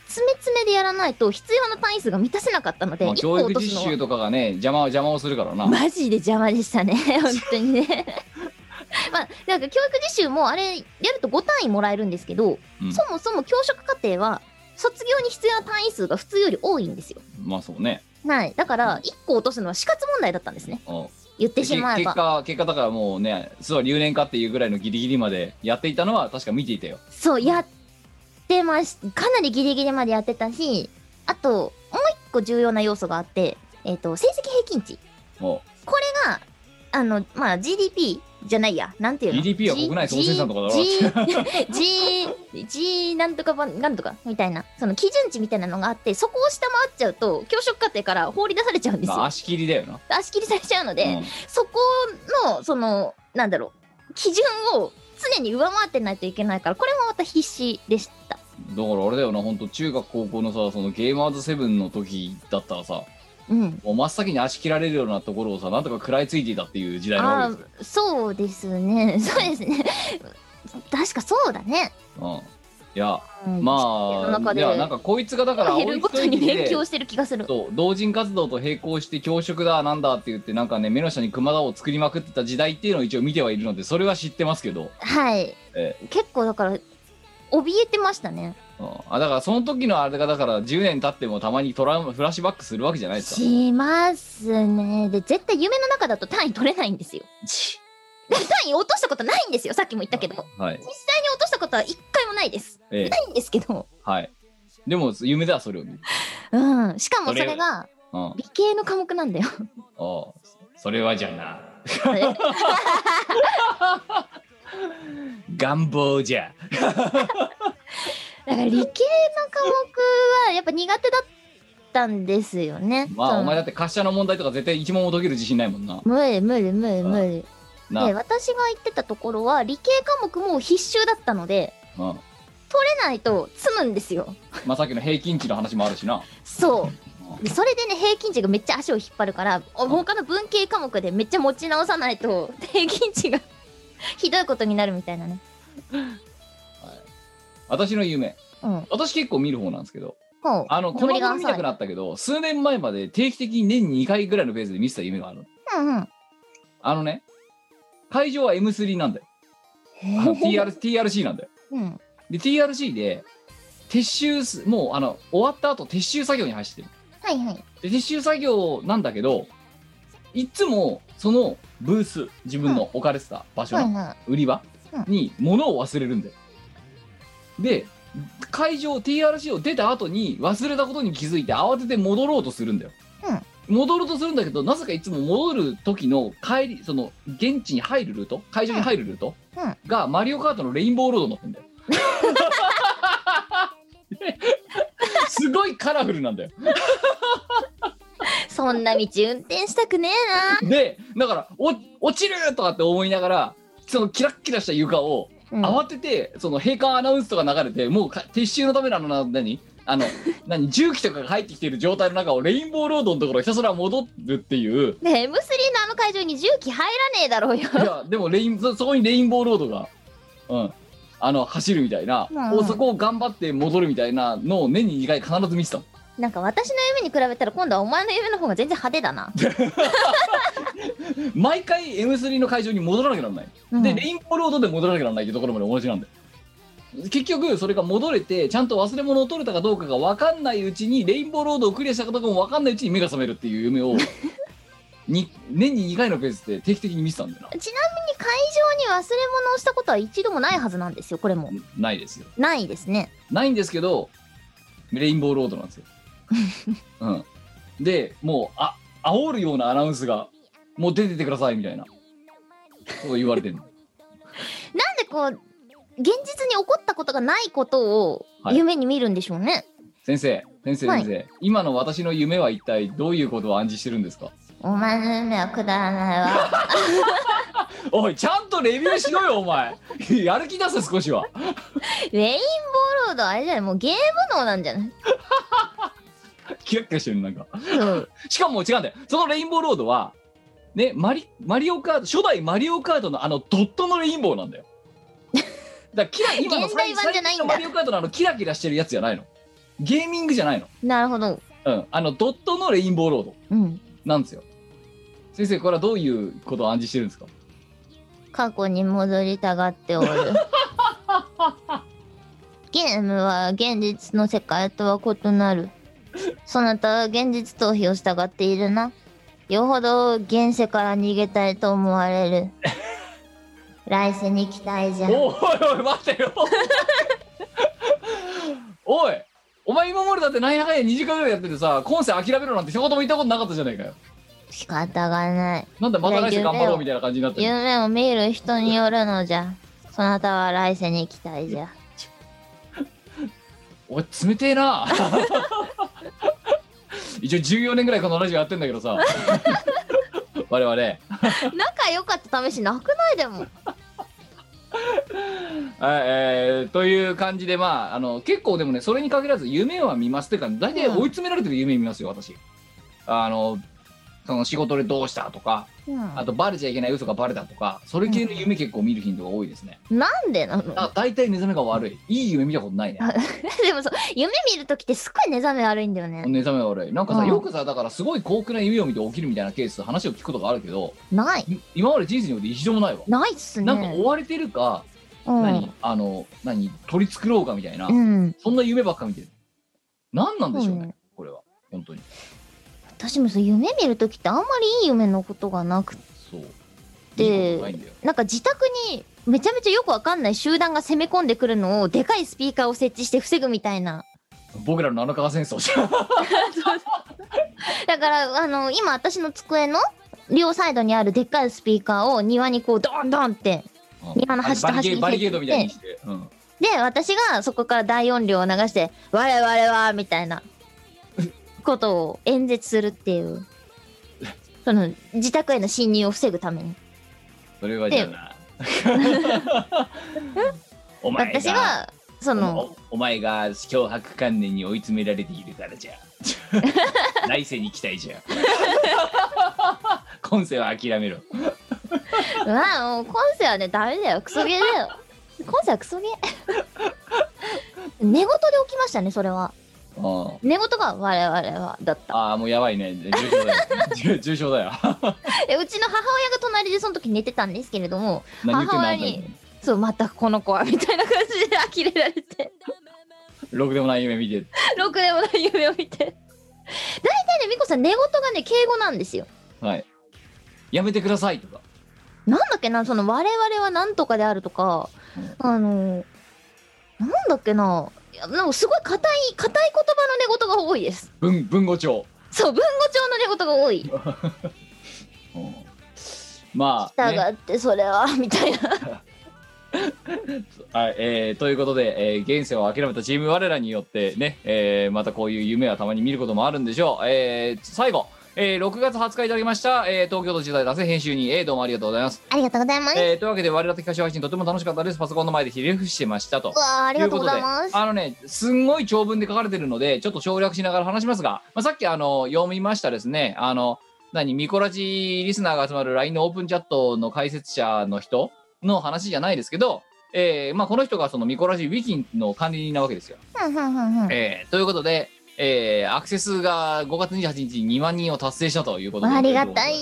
Speaker 1: 詰め詰めでやらないと必要な単位数が満たせなかったので
Speaker 3: まあ、
Speaker 1: 一
Speaker 3: 教
Speaker 1: 個落
Speaker 3: 育
Speaker 1: と
Speaker 3: 実
Speaker 1: すの
Speaker 3: 習
Speaker 1: は
Speaker 3: とかがね邪魔邪魔をするからな、
Speaker 1: マジで邪魔でしたね 本当にねまあなんか教育実習もあれやると5単位もらえるんですけど、
Speaker 3: うん
Speaker 1: そもそも教職課程は卒業に必要な単位数が普通より多いんですよ
Speaker 3: まあそうね
Speaker 1: はいだから1個落とすのは死活問題だったんですね
Speaker 3: うん
Speaker 1: 言ってしまえ
Speaker 3: け結
Speaker 1: ば
Speaker 3: 果結果だからもうねそう留年かっていうぐらいのギリギリまでやっていたのは確か見ていたよ
Speaker 1: そう、やってまし、かなりギリギリまでやってたし、あと、もう一個重要な要素があって、えっ、と、成績平均値
Speaker 3: も
Speaker 1: が、あの、まあ、GDP じゃないや、なんていうの
Speaker 3: GDP は国内総生産とかだろ
Speaker 1: G、G、G なんとかばんなんとかみたいな、その基準値みたいなのがあって、そこを下回っちゃうと、教職課程から放り出されちゃうん
Speaker 3: う、
Speaker 1: です
Speaker 3: まあ、
Speaker 1: よ。
Speaker 3: 足切りだよな、
Speaker 1: 足切りされちゃうので、
Speaker 3: うん
Speaker 1: そこの、その、なんだろう、基準を常に上回ってないといけないから、これもまた必死でした。
Speaker 3: だからあれだよな本当中学高校のさそのゲーマーズセブンの時だったらさ
Speaker 1: うん。
Speaker 3: もう真っ先に足切られるようなところをさなんとか食らいついていたっていう時代なわけですよ、
Speaker 1: あそうですね そうですね確かそうだね、
Speaker 3: うん、いや
Speaker 1: うん世の
Speaker 3: まあ
Speaker 1: 中
Speaker 3: い
Speaker 1: で
Speaker 3: やなんかこいつがだから
Speaker 1: 減るごとに
Speaker 3: 青い一息で
Speaker 1: 勉強してる気がする
Speaker 3: そう同人活動と並行して教職だなんだって言ってなんかね目の下に熊田を作りまくってた時代っていうのを一応見てはいるのでそれは知ってますけど、
Speaker 1: はい
Speaker 3: え
Speaker 1: 結構だから怯えてましたね
Speaker 3: うんあだからその時のあれがだから10年経ってもたまにトラウマフラッシュバックするわけじゃないですか
Speaker 1: しますねで絶対夢の中だと単位取れないんですよ単位落としたことないんですよさっきも言ったけど
Speaker 3: はい
Speaker 1: 実際に落としたことは一回もないです
Speaker 3: ええ
Speaker 1: ないんですけど
Speaker 3: はいでも夢ではそれを見る
Speaker 1: うんしかもそれが
Speaker 3: うんあ
Speaker 1: 理系の科目なんだよ
Speaker 3: あそそれはじゃな願望じゃ
Speaker 1: だから理系の科目はやっぱ苦手だったんですよね。
Speaker 3: ま
Speaker 1: そ
Speaker 3: あ
Speaker 1: の
Speaker 3: お前だって滑車の問題とか絶対一問も解ける自信ないもんな
Speaker 1: 無理無理無理無理。
Speaker 3: な、
Speaker 1: で私が行ってたところは理系科目も必修だったので
Speaker 3: うん
Speaker 1: 取れないと済むんですよ。
Speaker 3: まあさっきの平均値の話もあるしな
Speaker 1: そう。でそれでね平均値がめっちゃ足を引っ張るからお他の文系科目でめっちゃ持ち直さないと平均値が ひどいことになるみたいなね。
Speaker 3: 私の夢
Speaker 1: うん。
Speaker 3: 私結構見る方なんですけど
Speaker 1: ほう。
Speaker 3: あのこの頃見なくなったけど数年前まで定期的に年2回ぐらいのペースで見てた夢があるの
Speaker 1: うんうん。
Speaker 3: あのね会場は M3 なんだよあの TR TRC なんだよ
Speaker 1: うん。
Speaker 3: で TRC で撤収すもうあの終わった後撤収作業に走ってる
Speaker 1: はいはい。
Speaker 3: で撤収作業なんだけどいっつもそのブース自分の置かれてた場所
Speaker 1: はい
Speaker 3: の
Speaker 1: は
Speaker 3: 売り場
Speaker 1: うん
Speaker 3: に物を忘れるんだよで会場 TRC を出た後に忘れたことに気づいて慌てて戻ろうとするんだよ、戻ろうとするんだけどなぜかいつも戻る時の帰りその現地に入るルート会場に入るルート
Speaker 1: うんうん
Speaker 3: がマリオカートのレインボーロードになって んだよすごいカラフルなんだよ
Speaker 1: い。そんな道運転したくね
Speaker 3: でだからお落ちるとかって思いながらそのキラッキラした床を
Speaker 1: えな。うん。
Speaker 3: 慌ててその閉館アナウンスとか流れてもうか撤収のためなのな何あ の何重機とかが入ってきている状態の中をレインボーロードのところひたすら戻るっ ていう
Speaker 1: ねえ M3 のあの会場に重機入らねえだろうよ。
Speaker 3: いやでもレインそそこにレインボーロードが、うん、あの走るみたいな、
Speaker 1: うんうん
Speaker 3: そこを頑張って戻るみたいなのを年に2回必ず見てたの
Speaker 1: なんか私の夢に比べたら今度はお前の夢の方が全然派手だ な。
Speaker 3: 毎回 M3 の会場に戻らなきゃならない
Speaker 1: うん、
Speaker 3: で、レインボーロードで戻らなきゃならないってところまで同じなんだよ。結局、それが戻れて、ちゃんと忘れ物を取れたかどうかが分かんないうちに、レインボーロードをクリアしたかどうかも分かんないうちに目が覚めるっていう夢を、 に年に2回のペースで定期的に見てたんだよ
Speaker 1: ちなみに会場に忘れ物をしたことは一度もないはずなんですよ、これも。
Speaker 3: な。ないですよ。
Speaker 1: ないですね。
Speaker 3: ないんですけど、レインボーロードな んですよ。うん。で、もう、あ、煽るようなアナウンスが、もう出ててくださいみたいな、そう言われてるの。
Speaker 1: なんでこう、現実に起こったことがないことを
Speaker 3: はい
Speaker 1: 夢に見るんでしょうね。
Speaker 3: 先生、先生、
Speaker 1: はい
Speaker 3: 先生、今の私の夢は一体どういうことを暗示してるんですか
Speaker 1: お前の夢はくだらない わ。
Speaker 3: おいちゃんとレビューしろよお前 やる気出せ少しは
Speaker 1: レインボーロードあれじゃない、もうゲーム能なんじゃない
Speaker 3: キラッキラしてるなんか
Speaker 1: そう。
Speaker 3: しかも違うんだよそのレインボーロードはねマリマリオカート初代マリオカートのあのドットのレインボーなんだよだからキラ今の
Speaker 1: 現代版じゃないんだ
Speaker 3: 最近のマリオカートのあのキラキラしてるやつじゃないのゲーミングじゃないの
Speaker 1: なるほど。
Speaker 3: うんあのドットのレインボーロード
Speaker 1: うん。
Speaker 3: なんですよ先生これはどういうことを暗示してるんですか
Speaker 1: 過去に戻りたがっておるゲームは現実の世界とは異なるそなたは現実逃避をしたがっているなよほど現世から逃げたいと思われる来世に期待じゃ
Speaker 3: おいおい待てよ おいお前今までだって何やかんや2時間ぐらいやっててさ今世諦めろなんて一言も言ったことなかったじゃないかよ
Speaker 1: 仕方がない
Speaker 3: なんでまた来世頑張ろうみたいな感じになってる
Speaker 1: 夢を見る人によるのじゃそなたは来世に期待じゃ
Speaker 3: おい冷てえな 一応14年ぐらいこのラジオやってんだけどさ 我々はい
Speaker 1: 仲良かった試しなくないでも
Speaker 3: えーという感じでまああの結構でもねそれに限らず夢は見ますっていうか大体追い詰められてる夢見ますよ私あのその仕事でどうしたとか
Speaker 1: うん
Speaker 3: あとバレちゃいけない嘘がバレたとかそれ系の夢結構見る頻度が多いですね、
Speaker 1: なんでなの
Speaker 3: だ大体目覚めが悪いいい夢見たことないね
Speaker 1: でもそう夢見るときってすっごい目覚め悪いんだよね。
Speaker 3: 目覚めが悪いなんかさ、
Speaker 1: うん
Speaker 3: よくさだからすごい幸福な夢を見て起きるみたいなケース話を聞くことがあるけど
Speaker 1: ない。
Speaker 3: い今まで人生において一度もないわ、
Speaker 1: ないっすね。
Speaker 3: なんか追われてるか、
Speaker 1: うん、
Speaker 3: 何あの何取り繕うかみたいな、
Speaker 1: うん。
Speaker 3: そんな夢ばっか見てる何なんでしょうね、
Speaker 1: うん
Speaker 3: これは本当に
Speaker 1: 私もそう夢見るときってあんまりいい夢のことがなくて
Speaker 3: そう
Speaker 1: で
Speaker 3: いいことないんだよ
Speaker 1: なんか自宅にめちゃめちゃよくわかんない集団が攻め込んでくるのをでかいスピーカーを設置して防ぐみたいな
Speaker 3: 僕らの7日間戦争じゃん
Speaker 1: だからあの今私の机の両サイドにあるでっかいスピーカーを庭にこうドンドンって
Speaker 3: うん
Speaker 1: 今の端と
Speaker 3: あれバリケ
Speaker 1: 端に
Speaker 3: バリケードみたいにして、うん、
Speaker 1: で私がそこから大音量を流して「我々は」みたいなことを演説するっていうその自宅への侵入を防ぐために
Speaker 3: それはじゃあな お前が
Speaker 1: 私がその
Speaker 3: おお前が脅迫観念に追い詰められているか らじゃ来世に期待じゃ 今世は諦めろ
Speaker 1: うわもう今世はねダメだよクソゲーだよ今世はクソゲー 寝言で起きましたねそれは
Speaker 3: あ
Speaker 1: 寝言が「我々は」だった
Speaker 3: あーもうやばいね重症だよ 重重 症だよ
Speaker 1: でうちの母親が隣でその時寝てたんですけれども
Speaker 3: 何言ってんの
Speaker 1: 母
Speaker 3: あ
Speaker 1: 親
Speaker 3: んた
Speaker 1: に
Speaker 3: に
Speaker 1: そうまたこの子はみたいな感じで呆れられて
Speaker 3: ろくでもない夢見て
Speaker 1: ろくでもない夢を見て大体ねみこさん寝言がね敬語なんですよ
Speaker 3: はいやめてくださいとか
Speaker 1: なんだっけなその我々は何とかであるとかあのなんだっけないやなんかすごい硬い硬い言葉の寝言が多いです
Speaker 3: 文文語帳、
Speaker 1: そう文語帳の寝言が多い
Speaker 3: うんまあ、
Speaker 1: 従
Speaker 3: ね
Speaker 1: ってそれは、 みたいな
Speaker 3: はいえーということで、えー現世を諦めたチーム我らによってね、えーまたこういう夢はたまに見ることもあるんでしょう、えー最後、えー6月20日いただきました、えー東京都時代男性編集人、えーどうもありがとうございます、
Speaker 1: ありがとうございます、
Speaker 3: えーというわけで我ら的歌唱配信とても楽しかったですパソコンの前でひれ伏してましたと
Speaker 1: うわーありがとうございま
Speaker 3: とうこと
Speaker 1: す
Speaker 3: であのねすんごい長文で書かれてるのでちょっと省略しながら話しますが、まあ、さっきあの読みましたですねあの何ミコラジリスナーが集まる LINE のオープンチャットの解説者の人の話じゃないですけど、えーまあ、この人がそのミコラジウィキの管理人なわけですよ。
Speaker 1: ふんふんふんふん
Speaker 3: えーということで、えーアクセスが5月28日に2万人を達成したということで
Speaker 1: ありがたい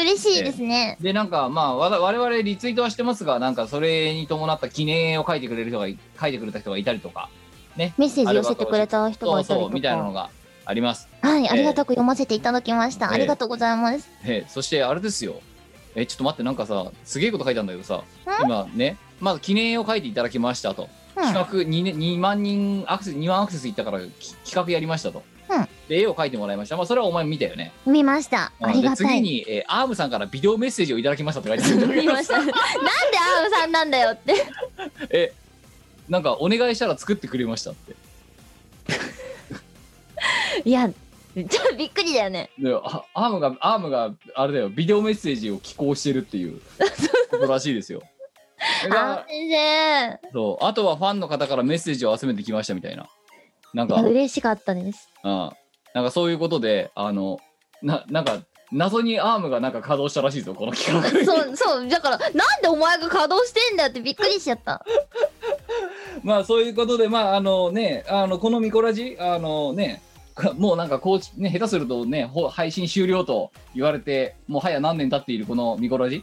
Speaker 1: 嬉しいですね、
Speaker 3: でなんかまあわ我々リツイートはしてますがなんかそれに伴った記念を書いてくれる人がい書いてくれた人がいたりとか
Speaker 1: メッセージ寄せてくれた人が
Speaker 3: そう
Speaker 1: いたり
Speaker 3: そう
Speaker 1: と
Speaker 3: みたいなの
Speaker 1: か
Speaker 3: があります、
Speaker 1: はい
Speaker 3: ー
Speaker 1: ありがたく読ませていただきました、
Speaker 3: えー
Speaker 1: ありがとうございます
Speaker 3: ええそしてあれですよえちょっと待ってなんかさすげえこと書いたんだけどさ
Speaker 1: ん
Speaker 3: 今ねまず記念を書いていただきましたと、
Speaker 1: うん
Speaker 3: 企画 2, 2万人アクセス2万アクセスいったからき企画やりましたと、
Speaker 1: うん
Speaker 3: で絵を描いてもらいましたまあそれはお前見たよね
Speaker 1: 見ましたありが
Speaker 3: で
Speaker 1: た
Speaker 3: 次
Speaker 1: い
Speaker 3: に、えーアームさんからビデオメッセージをいただきましたって書いてあるんだけど
Speaker 1: 見ました なんでアウさんなんだよって
Speaker 3: えなんかお願いしたら作ってくれましたって
Speaker 1: いやちょっとびっくりだよね
Speaker 3: であアームがアームがあれだよビデオメッセージを寄稿してるっていうことらし いですよ
Speaker 1: あー先
Speaker 3: そうあとはファンの方からメッセージを集めてきましたみたいななん
Speaker 1: 生
Speaker 3: か、
Speaker 1: いうや
Speaker 3: ん、
Speaker 1: 嬉しかったです
Speaker 3: なんかそういうことであのななんか謎にアームがなんか稼働したらしいぞこの企画
Speaker 1: そうそうだからなんでお前が稼働してんだよってびっくりしちゃった
Speaker 3: まあそういうことでまああのねあのこのミコラジあのねかもうなんかこう、ね、下手するとねほ配信終了と言われてもう早何年経っているこのミコラジ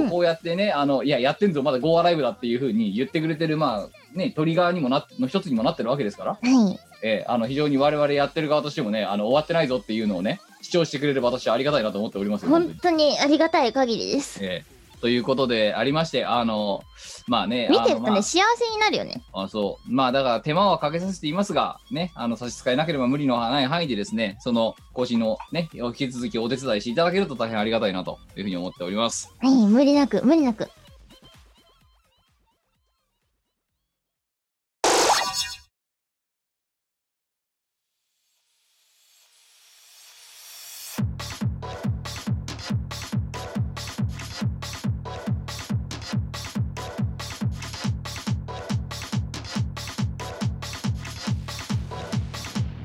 Speaker 1: うん
Speaker 3: こうやってね、あのいややってんぞまだ GO アライブだっていうふうに言ってくれてるまあねトリガーにもなの一つにもなってるわけですから
Speaker 1: はい
Speaker 3: えーあの非常に我々やってる側としてもねあの終わってないぞっていうのをね視聴してくれれば私はありがたいなと思っておりますよ本当
Speaker 1: 本
Speaker 3: に
Speaker 1: 当にありがたい限りです
Speaker 3: えーということでありましてあのまあね
Speaker 1: 見てると
Speaker 3: あのま
Speaker 1: ね
Speaker 3: あ
Speaker 1: 幸せになるよね
Speaker 3: あそうまあだから手間はかけさせていますがねあの差し支えなければ無理のない範囲でですねその更新のね引き続きお手伝いしていただけると大変ありがたいなというふうに思っております
Speaker 1: はい無理なく無理なく
Speaker 4: 「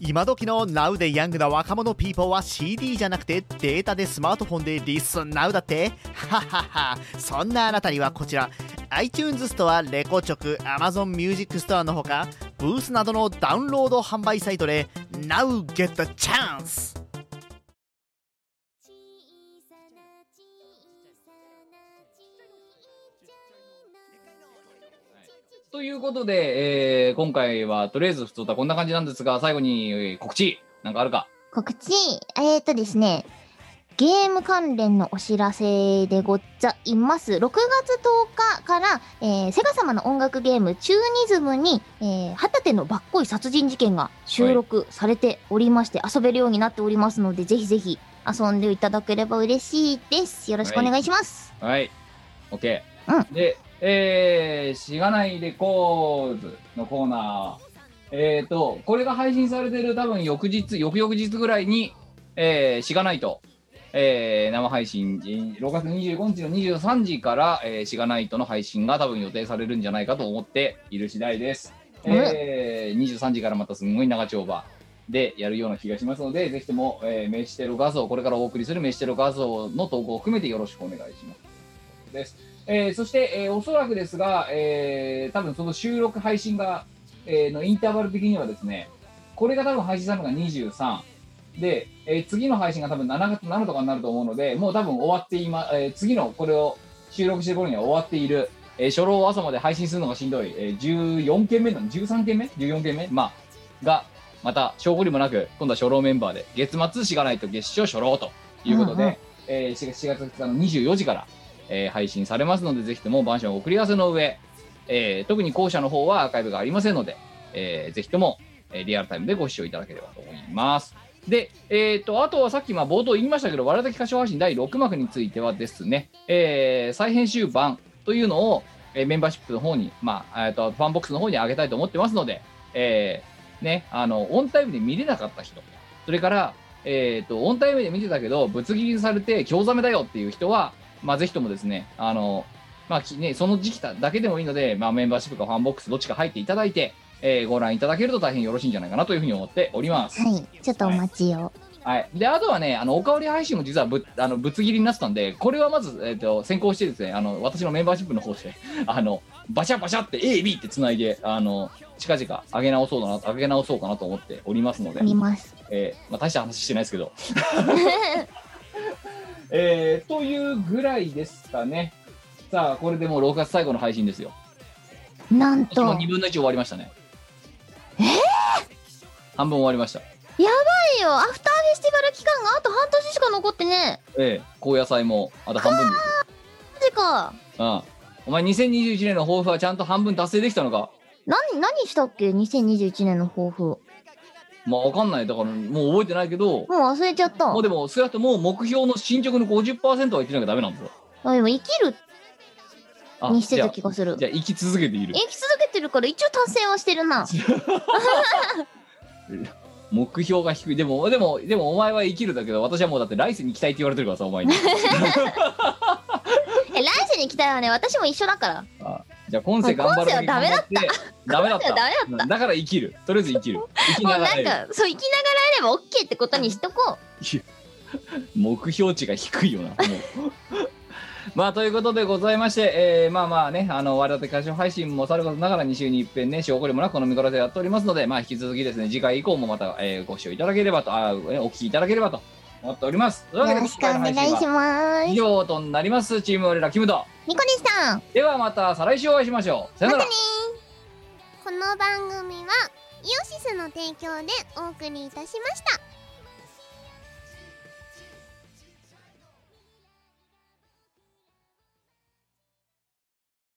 Speaker 5: 今時の Now でヤングな若者ピーポーは CD じゃなくてデータでスマートフォンでリスン Now だってはははそんなあなたにはこちら iTunes ストア、レコチョク、Amazon Music ストアのほかブースなどのダウンロード販売サイトで Now get the chance!
Speaker 3: ということで、えー今回はとりあえず普通はこんな感じなんですが最後にえー告知なんかあるか
Speaker 1: 告知、えーとですね、ゲーム関連のお知らせでございます。6月10日から、えーセガ様の音楽ゲーム、チューニズムに、えー、旗手のばっこい殺人事件が収録されておりまして、遊べるようになっておりますので、ぜひぜひ遊んでいただければ嬉しいです。よろしくお願いします。
Speaker 3: はい OK、
Speaker 1: う
Speaker 3: で、えー、しがないレコーズのコーナーえっ、ー、とこれが配信されてる多分翌日翌々日ぐらいに、えー、しがないと、えー生配信えー6月25日の23時から、えー、しがないとの配信が多分予定されるんじゃないかと思っている次第です、えー、23時からまたすんごい長丁場でやるような気がしますので、ぜひとも、えー、メシテロ画像、これからお送りするメシテロ画像の投稿を含めてよろしくお願いします。です。えーそして、えーおそらくですが、えー多分その収録配信が、えーのインターバル的にはですね、これが多分配信されるのが23。で、えー次の配信が多分7月7とかになると思うので、もう多分終わっていま、えー次のこれを収録してる頃には終わっている。えー初老を朝まで配信するのがしんどい。えー14件目なの ?13 件目 ?14 件目まあ、が、また、証拠にもなく、今度は初老メンバーで、月末、しがないと月初初老ということ
Speaker 1: うんうん
Speaker 3: で、えー 4, 月2日の24時から、えー配信されますので、ぜひとも番書を送り合わせの上、えー特に後者の方はアーカイブがありませんので、えーぜひとも、えーリアルタイムでご視聴いただければと思います。で、えっ、と、あとはさっき、まあ、冒頭言いましたけど、わらたき歌唱配信第6幕についてはですね、えー再編集版というのを、えーメンバーシップの方に、まあ、えーと、ファンボックスの方に上げたいと思ってますので、えーね、あの、オンタイムで見れなかった人、それから、えっ、と、オンタイムで見てたけど、ぶつ切りされて、興ざめだよっていう人は、まあ、ぜひともですね、あの、まあ、きね、その時期だだけでもいいので、まあ、メンバーシップかファンボックスどっちか入っていただいて、えーご覧いただけると大変よろしいんじゃないかなというふうに思っております。
Speaker 1: はい、ちょっとお待ちを。
Speaker 3: はい、であとはね、あのおかわり配信も実はぶあのぶつ切りになってたんで、これはまず、えー、と先行してですねあの、私のメンバーシップの方で、 あのバシャバシャって A、B ってつないで、あの近々上げ直そうだな上げ直そうかなと思っておりますので
Speaker 1: あ、ります。
Speaker 3: えーまあ、大した話してないですけど。えーというぐらいですかね。さあ、これでもう6月最後の配信ですよ。
Speaker 1: なん
Speaker 3: 私も
Speaker 1: と、
Speaker 3: 2分の1終わりましたね。半分終わりました。
Speaker 1: いいよアフターフェスティバル期間があと半年しか残ってね
Speaker 3: ええ高野菜もあと半分です。
Speaker 1: マジか
Speaker 3: うん。お前2021年の抱負はちゃんと半分達成できたのか
Speaker 1: 何何したっけ2021年の抱負も
Speaker 3: まあわかんない。だからもう覚えてないけど
Speaker 1: う、忘れちゃった
Speaker 3: もうでも少なくとも目標の進捗の50%は言ってなきゃダメなんだぞ。
Speaker 1: あでも生きる
Speaker 3: あ
Speaker 1: にして
Speaker 3: じゃ
Speaker 1: た
Speaker 3: あ
Speaker 1: 気がする
Speaker 3: じゃあ生き続けている
Speaker 1: 生。き続けてるから一応達成はしてるな
Speaker 3: 目標が低い。でも、でも、でもお前は生きるだけど、私はもうだって来世に行きたいって言われてるからさ、お前に。
Speaker 1: え来世に来たらね私も一緒だから
Speaker 3: あじゃあ今世頑張るだけ頑張って。ダメだっ。
Speaker 1: 今世はダメだった
Speaker 3: だから生きる。とりあえず生きる。生き
Speaker 1: もう
Speaker 3: な
Speaker 1: な
Speaker 3: がら
Speaker 1: ん
Speaker 3: やる
Speaker 1: かそう生きながらやれば OK ってことにしとこ
Speaker 3: 目標値が低い よな。もうまあということでございまして、えーまあまあね、あの我々歌唱配信もさることながら2週に一遍ね、証拠りもなくこの見頃でやっておりますので、まあ引き続きですね、次回以降もまた、えーご視聴いただければと、あーえーお聞きいただければと思っております。といううわけ
Speaker 1: よ
Speaker 3: で
Speaker 1: ろしくお願い
Speaker 3: 今回の配
Speaker 1: し
Speaker 3: 信は
Speaker 1: ます
Speaker 3: 以
Speaker 1: ニコ
Speaker 3: 上となります。チーム我らキムと。
Speaker 1: でした
Speaker 3: ではまた再来週お会いしましょう。さよなら。
Speaker 6: この番組はイオシスの提供でお送りいたしました